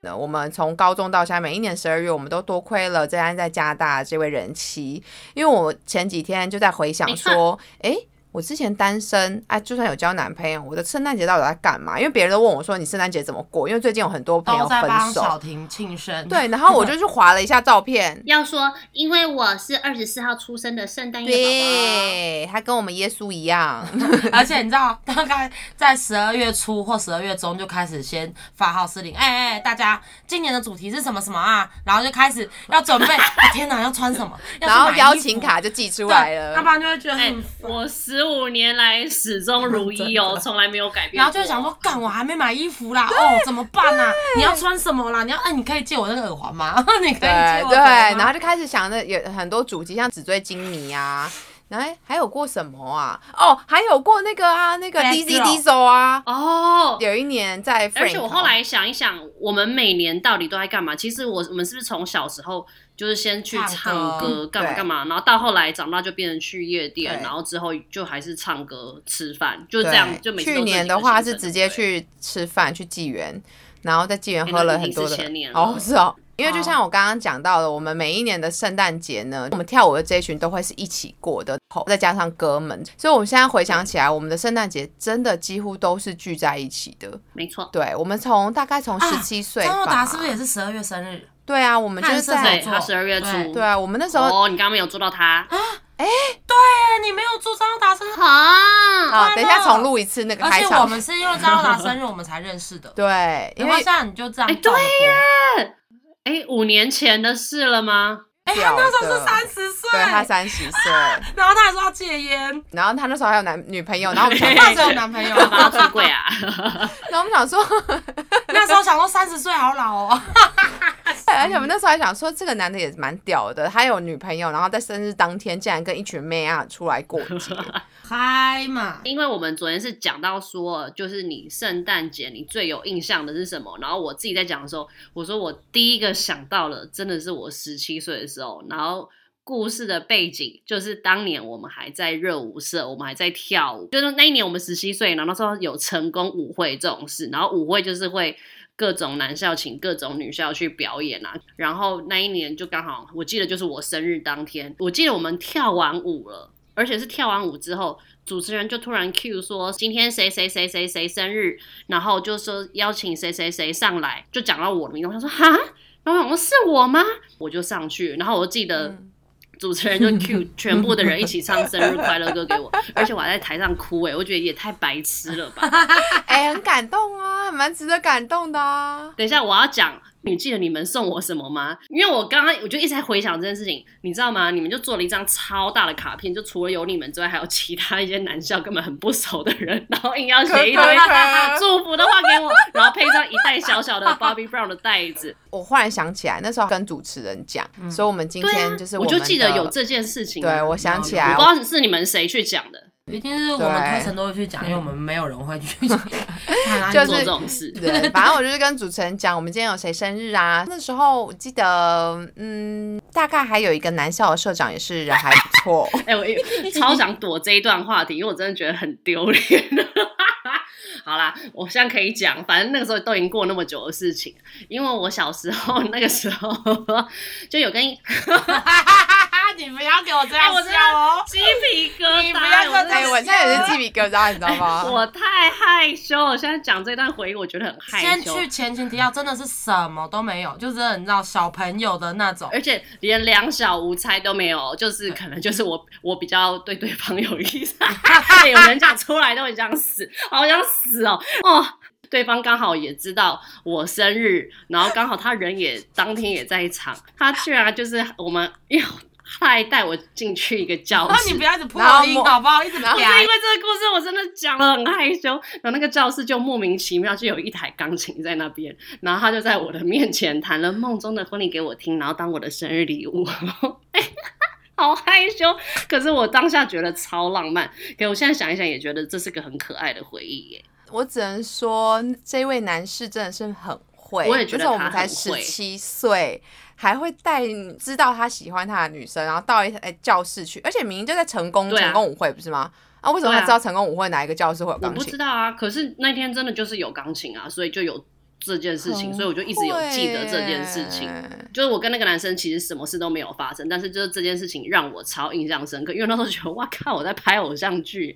Speaker 2: 那我们从高中到现在，每一年十二月，我们都多亏了这安在加拿大的这位人妻，因为我前几天就在回想说，哎、我之前单身，哎、就算有交男朋友，我的圣诞节到底在干嘛？因为别人都问我说你圣诞节怎么过，因为最近有很多朋
Speaker 4: 都
Speaker 2: 友
Speaker 4: 哦在
Speaker 2: 分
Speaker 4: 帮小
Speaker 2: 手，
Speaker 4: 婷庆生，
Speaker 2: 对，然后我就去划了一下照片
Speaker 3: 要说，因为我是二十四号出生的圣诞夜
Speaker 2: 对，他跟我们耶稣一样，
Speaker 4: 而且你知道，大概在十二月初或十二月中就开始先发号施令，哎、哎、大家今年的主题是什么什么啊？然后就开始要准备，啊天哪，要穿什 么？要
Speaker 2: 然
Speaker 4: 去买
Speaker 2: 后邀
Speaker 4: 衣服
Speaker 2: 请卡就寄出
Speaker 4: 对
Speaker 2: 来了
Speaker 4: 要不。然就会觉得
Speaker 3: 宝宝。哎、
Speaker 4: 很烦。
Speaker 3: 我十五年来始终如一
Speaker 4: 嗯 真
Speaker 3: 哦，
Speaker 4: 的
Speaker 3: 从来没有改变过。
Speaker 4: 然后就会想说，干，我还没买衣服啦，哦，怎么办啊？你要穿什么啦？你要，哎、你可以借我那个耳环吗？ 你可以借
Speaker 2: 对
Speaker 4: 我
Speaker 2: 对，
Speaker 4: 耳环
Speaker 2: 然
Speaker 4: 吗
Speaker 2: 后就开始想着有很多主题，像纸醉金迷啊，然后哎还有过什么啊？哦，还有过那个啊，那个
Speaker 4: Bad
Speaker 2: DZ
Speaker 4: Girl
Speaker 2: Diesel 啊，
Speaker 3: 哦，
Speaker 2: 有一年在 Frank，啊
Speaker 3: 而且我后来想一想，我们每年到底都在干嘛？其实我我们是不是从小时候就是先去
Speaker 4: 唱
Speaker 3: 唱
Speaker 4: 歌
Speaker 3: 歌干
Speaker 2: 嗯
Speaker 3: 嘛
Speaker 2: 对
Speaker 3: 干嘛，然后到后来长大就变成去夜店，
Speaker 2: 对
Speaker 3: 然后之后就还是唱歌吃饭，就
Speaker 2: 对
Speaker 3: 这样。就每次
Speaker 2: 去
Speaker 3: 都这几个
Speaker 2: 年的话
Speaker 3: 行
Speaker 2: 是
Speaker 3: 程
Speaker 2: 直接
Speaker 3: 对不对
Speaker 2: 去吃饭去纪元，然后在纪元
Speaker 3: 哎
Speaker 2: 喝
Speaker 3: 那
Speaker 2: 了
Speaker 3: 已
Speaker 2: 很
Speaker 3: 经
Speaker 2: 多
Speaker 3: 是
Speaker 2: 的
Speaker 3: 前年
Speaker 2: 哦
Speaker 3: 了
Speaker 2: 是哦。因为就
Speaker 4: 哦
Speaker 2: 像我刚刚讲到的，我们每一年的圣诞节呢，我们跳舞的这一群都会是一起过的，再加上哥们，所以我们现在回想起来，我们的圣诞节真的几乎都是聚在一起的。
Speaker 3: 没错。
Speaker 2: 对，我们从大概从
Speaker 4: 啊
Speaker 2: 十七岁吧，
Speaker 4: 张若达是不是也是十二月生日？
Speaker 2: 对啊，我们就是
Speaker 4: 看是
Speaker 3: 对，
Speaker 2: 在
Speaker 4: 没错
Speaker 3: 他十二月初。
Speaker 4: 对
Speaker 2: 对啊，我们那时候
Speaker 3: 哦，你刚刚没有做到他
Speaker 4: 哎、你没有祝张若达生日，
Speaker 3: 啊！
Speaker 2: 啊，等一下
Speaker 4: 快乐
Speaker 2: 重录一次那个
Speaker 4: 而
Speaker 2: 开
Speaker 4: 且我
Speaker 2: 场。
Speaker 4: 们是因为张若达生日我们才认识的。
Speaker 2: 对，因
Speaker 4: 因为
Speaker 2: 为
Speaker 4: 现在你就这样
Speaker 3: 哎
Speaker 4: 照着播，对呀、
Speaker 3: 哎，五年前的事了吗？
Speaker 4: 哎、他那时候是三十岁，
Speaker 2: 对他三十岁，
Speaker 4: 然后他还说要戒 烟，
Speaker 2: 然后他那时候还有男女朋友， 然后我们想，
Speaker 4: 那时候有男朋友，
Speaker 3: 爸爸 出柜啊！
Speaker 2: 然后我们想说，
Speaker 4: 那时候想说三十岁好老哦，
Speaker 2: 而且我们那时候还想说，这个男的也蛮屌的，他有女朋友，然后在生日当天竟然跟一群妹啊出来过 节，
Speaker 4: 嗨嘛，
Speaker 3: 因为我们昨天是讲到说，就是你圣诞节你最有印象的是什么？然后我自己在讲的时候，我说我第一个想到了，真的是我十七岁的时候，哦然后。故事的背景就是当年我们还在热舞社，我们还在跳舞。就是那一年我们十七岁，然后那时候有成功舞会这种事，然后舞会就是会各种男校请各种女校去表演啊。然后那一年就刚好，我记得就是我生日当天，我记得我们跳完舞了，而且是跳完舞之后，主持人就突然 cue 说今天谁谁谁谁谁生日，然后就说邀请谁谁谁上来，就讲到我的名字，我想说哈，然后我想说是我吗？我就上去，然后我记得。
Speaker 2: 嗯
Speaker 3: 主持人就 cue 全部的人一起唱生日快乐歌给我，而且我还在台上哭哎、我觉得也太白痴了吧！
Speaker 2: 哎、很感动啊，蛮值得感动的啊。
Speaker 3: 等一下，我要讲，你记得你们送我什么吗？因为我刚刚我就一直在回想这件事情，你知道吗？你们就做了一张超大的卡片，就除了有你们之外，还有其他一些男校根本很不熟的人，然后硬要写一堆祝福的话给我，然后配上一袋小小的 Bobby Brown 的袋子。
Speaker 2: 我忽然想起来，那时候跟主持人讲，所以我们今
Speaker 3: 对啊
Speaker 2: 天就是，
Speaker 3: 我
Speaker 2: 们
Speaker 3: 就记得
Speaker 2: 的
Speaker 3: 有，这件事情啊。
Speaker 2: 对我想起
Speaker 3: 我
Speaker 2: 来，
Speaker 3: 不知道是你们谁去讲的，
Speaker 4: 一定是我们推陈都会去讲，因为我们没有人会 去讲，
Speaker 2: 就是
Speaker 3: 做这种事。
Speaker 2: 对，反正我就是跟主持人讲，我们今天有谁生日啊？那时候我记得，嗯，大概还有一个男校的社长也是人还不 错，
Speaker 3: 哎、我也超想躲这一段话题，因为我真的觉得很丢脸。 好啦，我现在可以讲，反正那个时候都已经过那么久的事情。因为我小时候那个时候就有跟
Speaker 4: 哈哈哈哈你不要给我这样
Speaker 3: 我真的
Speaker 4: 笑哦。
Speaker 3: 鸡皮 疙
Speaker 4: 你
Speaker 3: 瘩，
Speaker 4: 不要
Speaker 3: 我真的
Speaker 2: 哎、我现在也是鸡皮疙瘩，你知道吗？
Speaker 3: 我太害羞了，我现在讲这段回忆，我觉得很害
Speaker 4: 先
Speaker 3: 羞。
Speaker 4: 去前情提要，真的是什么都没有，就真的你知道小朋友的那种。
Speaker 3: 而且连两小无猜都没有，就是可能就是我 我比较对对方有意思， 对有人讲出来都很想死，好想死哦哦。对方刚好也知道我生日，然后刚好他人也当天也在场，他居然就是我们要他还带我进去一个教
Speaker 4: 然后哎
Speaker 3: 室，
Speaker 4: 哦你不要一直破
Speaker 2: 然后
Speaker 4: 音
Speaker 2: 摸
Speaker 4: 好不好？一直
Speaker 2: 然后
Speaker 4: 嗲
Speaker 3: 啊是因为这个故事，我真的讲了很害羞。然后那个教室就莫名其妙就有一台钢琴在那边，然后他就在我的面前弹了《梦中的婚礼》给我听，然后当我的生日礼物。 哎好害羞，可是我当下觉得超浪漫。可我现在想一想，也觉得这是个很可爱的回忆耶。
Speaker 2: 我只能说，这位男士真的是很会，
Speaker 3: 我也觉
Speaker 2: 就
Speaker 3: 得
Speaker 2: 是我们
Speaker 3: 他
Speaker 2: 才
Speaker 3: 很
Speaker 2: 十
Speaker 3: 会
Speaker 2: 七岁，还会带你知道他喜欢他的女生，然后到一台教室去，而且明明就在成功、
Speaker 3: 对啊
Speaker 2: 成功舞会不是吗？啊，为什么
Speaker 3: 对啊
Speaker 2: 他知道成功舞会哪一个教室会有
Speaker 3: 我
Speaker 2: 钢
Speaker 3: 不
Speaker 2: 琴
Speaker 3: 知？道啊，可是那天真的就是有钢琴啊，所以就有这件事情，
Speaker 2: 很
Speaker 3: 所以我就一直有记得这件事情。
Speaker 2: 会耶
Speaker 3: 就是我跟那个男生其实什么事都没有发生，但是就是这件事情让我超印象深刻，因为那时候觉得哇靠，我在拍偶像 剧，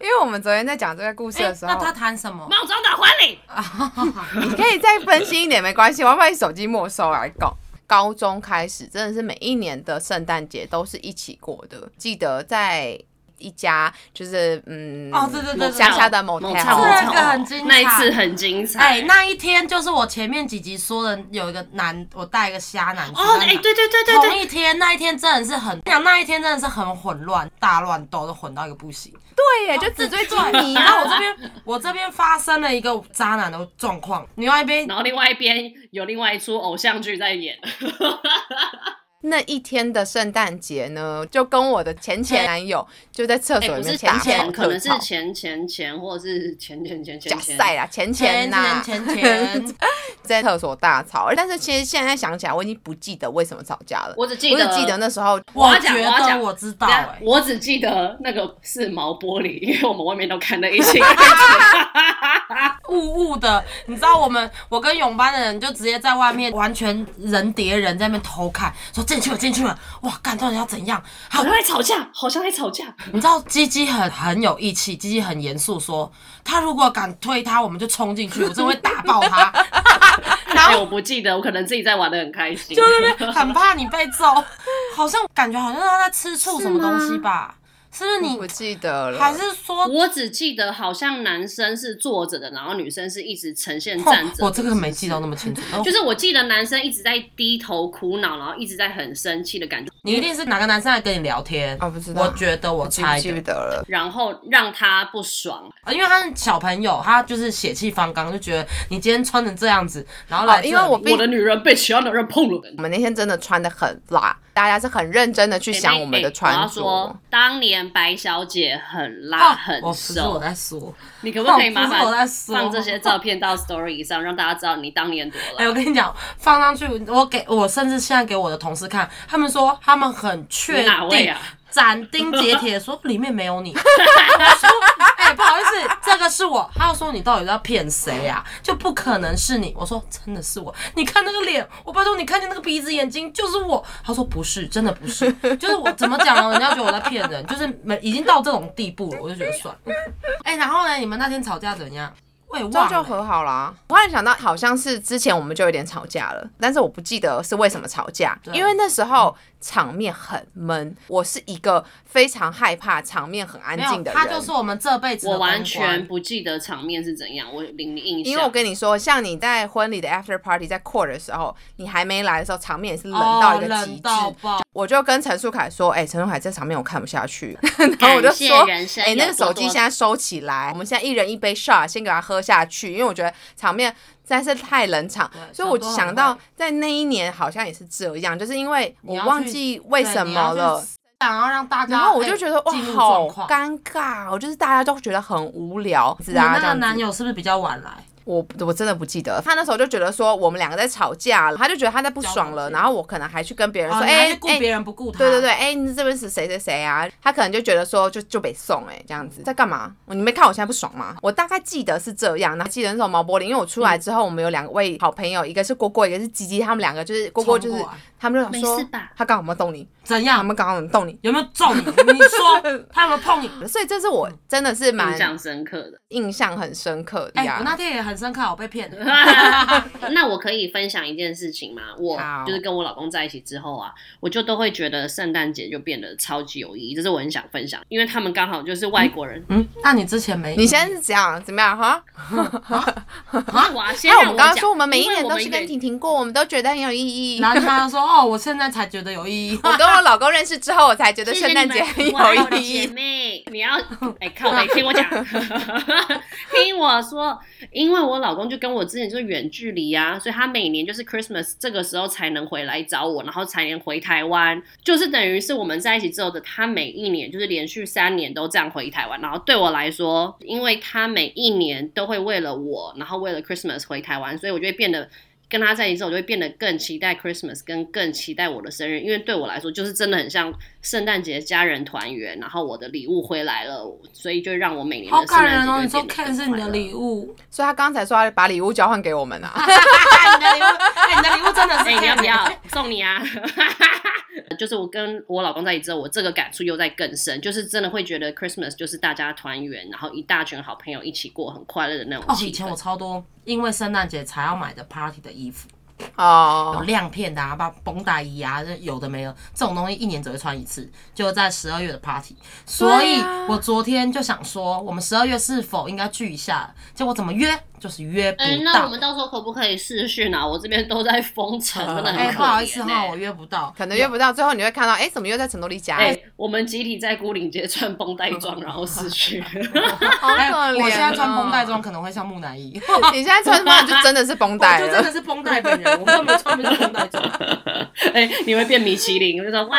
Speaker 2: 因为我们昨天在讲这个故事
Speaker 4: 哎
Speaker 2: 的时候，
Speaker 4: 那他谈什么？
Speaker 3: 梦中的婚礼，
Speaker 2: 你 可以再分析一点，没关系，我要把你手机没收来搞。高中开始，真的是每一年的圣诞节都是一起过的。记得在一家就是嗯，
Speaker 4: 哦，对对对对，
Speaker 2: 乡下的
Speaker 3: 某
Speaker 2: motel
Speaker 4: 这个很精彩
Speaker 3: 那一次很精彩。
Speaker 4: 哎，那一天就是我前面几集说的，有一个男，我带一个瞎男去
Speaker 3: 哦，
Speaker 4: 那
Speaker 3: 哎、
Speaker 4: 里
Speaker 3: 对对对对
Speaker 4: 同
Speaker 3: 对，
Speaker 4: 一天，那一天真的是很，讲那一天真的是很混乱，大乱斗都混到一个不行。
Speaker 2: 对耶，就纸醉
Speaker 3: 啊
Speaker 2: 金迷。
Speaker 4: 然
Speaker 2: 然
Speaker 4: 后
Speaker 2: 后
Speaker 4: 我
Speaker 2: 我
Speaker 4: 这边，我这边发生了一个渣男的状况，另外一边
Speaker 3: 然后另外一边有另外一出偶像剧在演，
Speaker 2: 那一天的圣诞节呢，就跟我的前前男友就在厕
Speaker 3: 哎、
Speaker 2: 所
Speaker 3: 不
Speaker 2: 里
Speaker 3: 是
Speaker 2: 面
Speaker 3: 前
Speaker 2: 打
Speaker 3: 前，
Speaker 2: 前
Speaker 3: 可能是前前前，或者是前前前前
Speaker 2: 假
Speaker 3: 前。
Speaker 2: 赛啦，前前
Speaker 4: 前
Speaker 2: 呐、
Speaker 4: 前前前，
Speaker 2: 在厕所大吵。但是其实现在想起来，我已经不记得为什么吵架了。
Speaker 3: 我只记得
Speaker 2: 我只记得那时候
Speaker 3: 我要
Speaker 4: 我
Speaker 3: 讲
Speaker 4: 觉
Speaker 3: 我要
Speaker 4: 得
Speaker 3: 讲
Speaker 4: 我知道、
Speaker 3: 等一下
Speaker 4: 哎，
Speaker 3: 我只记得那个是毛玻璃，因为我们外面都看得一 清二楚。
Speaker 4: 雾雾的，你知道我们，我跟泳班的人就直接在外面完全人叠人在那边偷看，说进去了进去了，哇，干到底要怎样？好
Speaker 3: 好，像在吵架，好像在吵架。
Speaker 4: 你知道鸡鸡很很有义气，鸡鸡很严肃说，他如果敢推他，我们就冲进去，我真的会打爆他，然
Speaker 3: 哎、
Speaker 4: 后
Speaker 3: 我不记得，我可能自己在玩的很开心。
Speaker 4: 就在 那边很怕你被揍，好像感觉好像他在吃醋什么东西吧？是不是
Speaker 2: 我不
Speaker 4: 你？
Speaker 2: 记得了，
Speaker 4: 还是 说
Speaker 3: 我只记得好像男生是坐着的，然后女生是一直呈现站着的。
Speaker 4: 哦我这个没记到那么清楚，哦
Speaker 3: 就是我记得男生一直在低头苦恼，然后一直在很生气的感觉，
Speaker 4: 你一定是哪个男生来跟你聊天
Speaker 2: 啊不知道
Speaker 4: 我觉得我
Speaker 2: 记不
Speaker 4: 猜
Speaker 2: 记不
Speaker 4: 的，
Speaker 2: 得了。
Speaker 3: 然后让他不爽。
Speaker 4: 啊因为他是小朋友，他就是血气方刚，就觉得你今天穿成这样子，然后来
Speaker 2: 哦
Speaker 4: 这里、
Speaker 2: 因为我并
Speaker 3: 我的女人被其他男人碰了。
Speaker 2: 我们那天真的穿的很辣，大家是很认真的去
Speaker 3: 哎
Speaker 2: 想
Speaker 3: 那
Speaker 2: 我们
Speaker 3: 哎
Speaker 2: 的穿
Speaker 3: 要
Speaker 2: 着。
Speaker 3: 说，当年白小姐很辣、
Speaker 4: 啊
Speaker 3: 很
Speaker 4: 我不是我
Speaker 3: 瘦，
Speaker 4: 在说，
Speaker 3: 你可不可以
Speaker 4: 哦
Speaker 3: 麻
Speaker 4: 不是我在
Speaker 3: 烦
Speaker 4: 说
Speaker 3: 放这些照片到 story 上，让大家知道你当年多
Speaker 4: 哎、
Speaker 3: 辣？
Speaker 4: 我跟你讲，放上去，我给我甚至现在给我的同事看，他们说他们很确
Speaker 3: 你哪位
Speaker 4: 定，
Speaker 3: 啊
Speaker 4: 斩钉截铁地说里面没有 你。我说，哎、不好意思，这个是我。他又说你到底在骗谁呀？就不可能是你。我说真的是我，你看那个脸，我拜托你看见那个鼻子眼睛就是我。他说不是，真的不是，就是我怎么讲呢？人家觉得我在骗人，就是没已经到这种地步了，我就觉得算了。哎、然后呢？你们那天吵架怎样？我也
Speaker 2: 之后
Speaker 4: 忘
Speaker 2: 就
Speaker 4: 了。
Speaker 2: 和好啦。我突然想到，好像是之前我们就有点吵架了，但是我不记得是为什么吵架，
Speaker 4: 对
Speaker 2: 因为那时候场面很闷，我是一个非常害怕场面很安
Speaker 4: 没
Speaker 2: 静
Speaker 4: 有，
Speaker 2: 的人。
Speaker 4: 他就是我们这辈子的
Speaker 3: 我完
Speaker 4: 公
Speaker 3: 全
Speaker 4: 关
Speaker 3: 不记得场面是怎样，我零印象。
Speaker 2: 因为我跟你说，像你在婚礼的 after party 在 court 的时候，你还没来的时候，场面也是冷到一个
Speaker 4: 哦
Speaker 2: 极
Speaker 4: 冷
Speaker 2: 致。
Speaker 4: 到爆
Speaker 2: 我就跟陈树凯说：“哎、陈树凯这场面我看不下 去。”然后我就
Speaker 3: 感谢
Speaker 2: 说：“
Speaker 3: 人生
Speaker 2: 哎、那
Speaker 3: 有
Speaker 2: 个
Speaker 3: 多
Speaker 2: 手机
Speaker 3: 多
Speaker 2: 现在收起来，我们现在一人一杯 shot，先给他喝下去，因为我觉得场面实在是太冷场。”
Speaker 4: 对
Speaker 2: 所以我
Speaker 4: 想多
Speaker 2: 想
Speaker 4: 很
Speaker 2: 到
Speaker 4: 坏
Speaker 2: 在那一年好像也是这样，就是因为我
Speaker 4: 你要去
Speaker 2: 忘记为
Speaker 4: 对
Speaker 2: 什
Speaker 4: 你
Speaker 2: 么
Speaker 4: 要去
Speaker 2: 了。
Speaker 4: 想要让大家，
Speaker 2: 然后我就觉得、
Speaker 4: 哎
Speaker 2: 哇，
Speaker 4: 进入
Speaker 2: 好
Speaker 4: 状况。
Speaker 2: 尴尬哦，就是大家都觉得很无聊，是
Speaker 4: 你
Speaker 2: 啊，这
Speaker 4: 那个
Speaker 2: 样子。
Speaker 4: 男友是不是比较晚来？
Speaker 2: 我我真的不记得，他那时候就觉得说我们两个在吵架了，他就觉得他在不爽了，
Speaker 4: 交往
Speaker 2: 然后我可能还去跟别人
Speaker 4: 哦
Speaker 2: 说，
Speaker 4: 你还
Speaker 2: 哎
Speaker 4: 是顾
Speaker 2: 哎、
Speaker 4: 别人不顾他，
Speaker 2: 对对对，哎、你这边是谁谁谁啊？他可能就觉得说就就被送哎、这样子在干嘛？你没看我现在不爽吗？我大概记得是这样，啊然后记得那时候毛玻璃，因为我出来之后，我们有两位好朋友，一个是郭郭，一个是吉吉，他们两个就是郭郭就
Speaker 4: 冲
Speaker 2: 是
Speaker 4: 过来
Speaker 2: 他们就想
Speaker 3: 没
Speaker 2: 说
Speaker 3: 事吧
Speaker 2: 他刚好有没有动你，
Speaker 4: 怎
Speaker 2: 他
Speaker 4: 样？
Speaker 2: 们刚好有动你，
Speaker 4: 有没有揍你？你 说他有没有碰你？
Speaker 2: 所以这是我真的是蛮
Speaker 3: 印象深 刻的。
Speaker 2: 印象很深刻的
Speaker 4: 哎、
Speaker 3: 嗯
Speaker 2: 呀、
Speaker 4: 我那天也很深刻，我被骗了。
Speaker 3: 那我可以分享一件事情吗？我
Speaker 4: 好
Speaker 3: 就是跟我老公在一起之后啊，我就都会觉得圣诞节就变得超级有意义，这是我很想分享，因为他们刚好就是外国 人。
Speaker 4: 嗯，那你之前没？
Speaker 2: 你先是怎样怎么样哈？
Speaker 3: 啊，我要先
Speaker 2: 那
Speaker 3: 让
Speaker 2: 哦我们刚刚
Speaker 3: 讲
Speaker 2: 说我们每一
Speaker 3: 因为
Speaker 2: 年
Speaker 3: 我
Speaker 2: 都
Speaker 3: 们
Speaker 2: 是
Speaker 3: 远
Speaker 2: 跟婷婷过，我们都觉得很有 意义。
Speaker 4: 然后他就说：“哦，我现在才觉得有意义。
Speaker 2: 我跟我老公认识之后，我才觉得
Speaker 3: 谢谢
Speaker 2: 圣
Speaker 3: 你
Speaker 2: 诞
Speaker 3: 们，
Speaker 2: 节很
Speaker 3: 我爱我
Speaker 2: 有
Speaker 3: 的
Speaker 2: 意
Speaker 3: 姐
Speaker 2: 义。
Speaker 3: 妹，你要哎、靠背，听我讲， 听我说，因为我老公就跟我之前就是远距离啊，所以他每年就是 Christmas 这个时候才能回来找我，然后才能回台湾，就是等于是我们在一起之后的他每一年就是连续三年都这样回台湾，然后对我来说，因为他每一年都会为了我，然后为了 Christmas 回台湾，所以我就会变得。跟他在一起之后，我就会变得更期待 Christmas，跟更期待我的生日，因为对我来说，就是真的很像圣诞节家人团圆，然后我的礼物回来了，所以就让我每”年的
Speaker 4: 好
Speaker 3: 圣
Speaker 4: 感
Speaker 3: 诞
Speaker 4: 人
Speaker 3: 节
Speaker 4: 哦！
Speaker 3: 都
Speaker 4: 你说
Speaker 3: 会变得
Speaker 4: Ken 是你的
Speaker 3: 物，
Speaker 4: 礼物，
Speaker 2: 所以他刚才说要把礼物交换给我们啊。
Speaker 4: 你的礼物，哎，你的礼物真的是
Speaker 3: 哎、你要
Speaker 4: Ken
Speaker 3: 不要送你啊？ 就是我跟我老公在一起之后，我这个感触又在更深，就是真的会觉得 Christmas 就是大家团圆，然后一大群好朋友一起过很快乐的那种
Speaker 4: 哦，
Speaker 3: 气
Speaker 4: 以前
Speaker 3: 氛。
Speaker 4: 我超多，因为圣诞节才要买的 party 的衣服，有
Speaker 2: 哦，
Speaker 4: 亮片的啊，把绷带衣啊，这有的没有，这种东西一年只会穿一次，就在十二月的 party。所以我昨天就想说，我们十二月是否应该聚一下？结果怎么约就是约不
Speaker 3: 哎、那
Speaker 4: 到
Speaker 3: 我。们到时候可不可以试训啊？我这边都在封城，真的很可怜、
Speaker 4: 哎、
Speaker 3: 欸
Speaker 4: 不好意思哈，我约不到，
Speaker 2: 可能约不到，最后你会看到，哎，怎么又在成都里家？
Speaker 3: 哎、我们集体在孤岭街穿绷带装，然后失去。
Speaker 2: 好可
Speaker 4: 哎
Speaker 2: 怜。
Speaker 4: 我现在
Speaker 2: 啊
Speaker 4: 穿绷带，装可能会像木 乃伊，
Speaker 2: 你现在穿什么就真的是绷带
Speaker 4: 我 哦就
Speaker 2: 了。
Speaker 4: 真的是绷带本 人，我根本穿不上绷带装。
Speaker 3: 哎、你会变米其林，就说哇，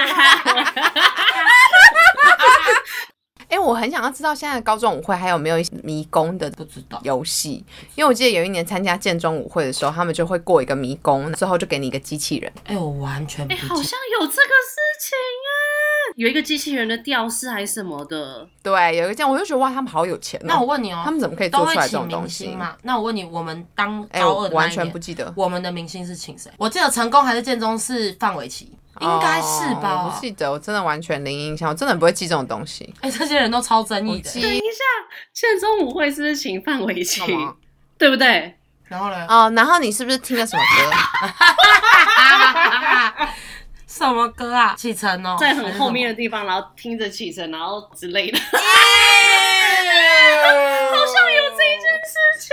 Speaker 2: 哎，我很想要知道现在的高中舞会还有没有一些迷宫的
Speaker 4: 不知道，
Speaker 2: 游戏，因为我记得有一年参加建中舞会的时候，他们就会过一个迷宫，最后就给你一个机器人。
Speaker 4: 哎、我完全不
Speaker 3: 哎、
Speaker 4: 知道
Speaker 3: 好。像有这个事情啊，有一个机器人的吊饰还是什么的，
Speaker 2: 对，有一个这样，我就觉得哇，他们好有钱哦。
Speaker 4: 那我问你哦、
Speaker 2: 他们怎么可以
Speaker 4: 都
Speaker 2: 做
Speaker 4: 会
Speaker 2: 出来这
Speaker 4: 请
Speaker 2: 种
Speaker 4: 明
Speaker 2: 东西
Speaker 4: 星？嘛？那我问你，我们当
Speaker 2: 哎、
Speaker 4: 高
Speaker 2: 我
Speaker 4: 二的那
Speaker 2: 完
Speaker 4: 一
Speaker 2: 全
Speaker 4: 年
Speaker 2: 不记得。
Speaker 4: 我们的明星是请谁？我记得成功还是建中是范玮琪，应该是
Speaker 2: 哦我
Speaker 4: 吧
Speaker 2: 不？记得，我真的完全零印象，我真的很不会记这种东西。
Speaker 4: 哎、这些人都超争
Speaker 2: 我
Speaker 4: 议的。
Speaker 2: 记
Speaker 3: 建中舞会是不是请范玮琪
Speaker 2: 干嘛？
Speaker 3: 对不对？
Speaker 4: 然后呢？
Speaker 2: 哦，然后你是不是听了什么歌？
Speaker 4: 什么歌啊？启程哦，
Speaker 3: 在很后面的地方，然后听着启程，然后之类 的，好像有这一件事情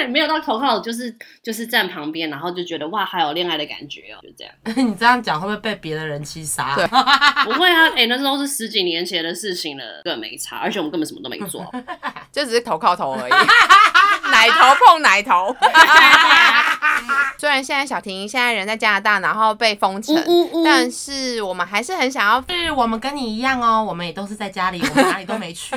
Speaker 3: 哎、没有到投靠，就是就是站旁边，然后就觉得哇，还有恋爱的感觉哦，就这样。
Speaker 4: 还是什么。你这样讲会不会被别的人欺杀？啊
Speaker 2: 对
Speaker 3: 不会啊，哎、那时候是十几年前的事情了，根本没差，而且我们根本什么都没 做。
Speaker 2: 就只是头靠头而已， 奶头碰奶 头。虽然现在小婷现在人在加拿大，然后被封城，
Speaker 3: 呜
Speaker 2: 但是我们还是很想要。
Speaker 4: 是我们跟你一样哦，我们也都是在家里，我们哪里都没 去，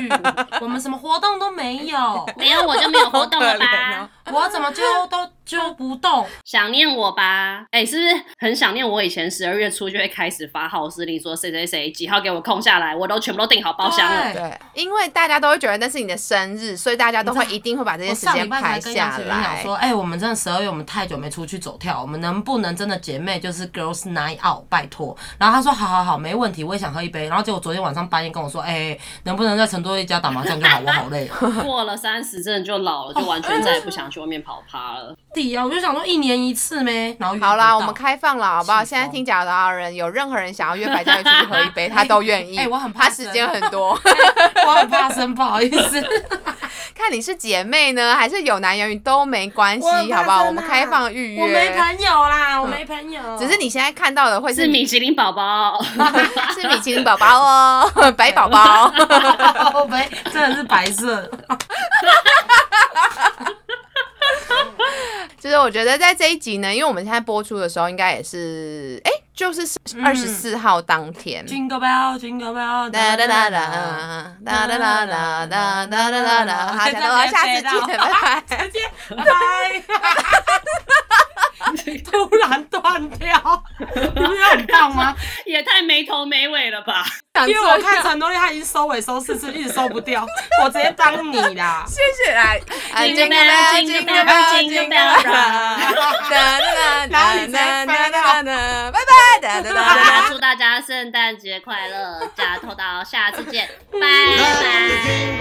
Speaker 4: 我们什么活动都没有，
Speaker 3: 没有我就没有活动了
Speaker 2: 好可怜
Speaker 3: 吧
Speaker 2: 哦？
Speaker 4: 我怎么揪都揪不动。
Speaker 3: 想念我吧？哎、是不是很想念我？以前十二月初就会开始发号施令，说谁谁谁几号给我空下来，我都全部都订好包厢了。
Speaker 4: 对
Speaker 2: 对，因为大家都会觉得那是你的生日，所以大家都会一定会把这
Speaker 4: 我
Speaker 2: 些时
Speaker 4: 上礼
Speaker 2: 间
Speaker 4: 拜才
Speaker 2: 排
Speaker 4: 跟杨
Speaker 2: 下
Speaker 4: 子云讲
Speaker 2: 来。
Speaker 4: 说，哎、我们真的十二月我们太久没出去走跳，我们能不能真的姐妹就是 girls night out，拜托。然后他说好好好，没问题，我也想喝一杯。然后结果昨天晚上半夜跟我说，哎、能不能在成都一家打麻将就好，我好累。
Speaker 3: 过了三十，真的就老了，就完全再也不想去外面跑趴 了。
Speaker 4: 弟啊，我就想说一年一次呗。然后约不
Speaker 2: 好啦，
Speaker 4: 到
Speaker 2: 我们开放了，好不好？
Speaker 4: 气疯
Speaker 2: 现在听假的人，有任何人想要约白嘉宇出去喝一 杯，他都愿意。
Speaker 4: 哎我很怕
Speaker 2: 他时间很 多，
Speaker 4: 我很怕生，不好意思。
Speaker 2: 看你是姐妹呢，还是有男有女都没关
Speaker 4: 我很
Speaker 2: 系，
Speaker 4: 怕
Speaker 2: 好不好？
Speaker 4: 生啊
Speaker 2: 我们开放预约。
Speaker 4: 我没朋友啦，我没朋友。
Speaker 2: 只是你现在看到的会
Speaker 3: 是
Speaker 2: 是
Speaker 3: 米其林宝宝，
Speaker 2: 是米其林宝宝哦，白宝宝。
Speaker 4: 我没，真的是白色。
Speaker 2: 就是我觉得在这一集呢，因为我们现在播出的时候，应该也是哎、就是二十四号当天。
Speaker 4: Jingle bell, jingle bell，
Speaker 2: 哒
Speaker 4: 哒
Speaker 2: 哒
Speaker 4: 哒
Speaker 2: 哒
Speaker 4: 哒
Speaker 2: 哒哒
Speaker 4: 哒。
Speaker 2: 哒哒哒哒哒哒哒，好，讲到了，下次见，拜拜。
Speaker 4: 再见，拜拜。突然断掉，你不觉得很棒吗？
Speaker 3: 也太没头没尾了吧？
Speaker 2: 想
Speaker 4: 因为我看
Speaker 2: 做
Speaker 4: 陈多利他已经收尾收四次，一直收不掉，我直接帮你啦。
Speaker 2: 谢谢来，
Speaker 3: Jingle bell, jingle bell, jingle bell
Speaker 2: 哒
Speaker 3: rock
Speaker 2: 哒哒哒哒哒哒，拜拜，哒哒
Speaker 3: 好
Speaker 2: 哒
Speaker 3: 啦，祝大家圣诞节快乐，大家偷到，下次见，拜拜。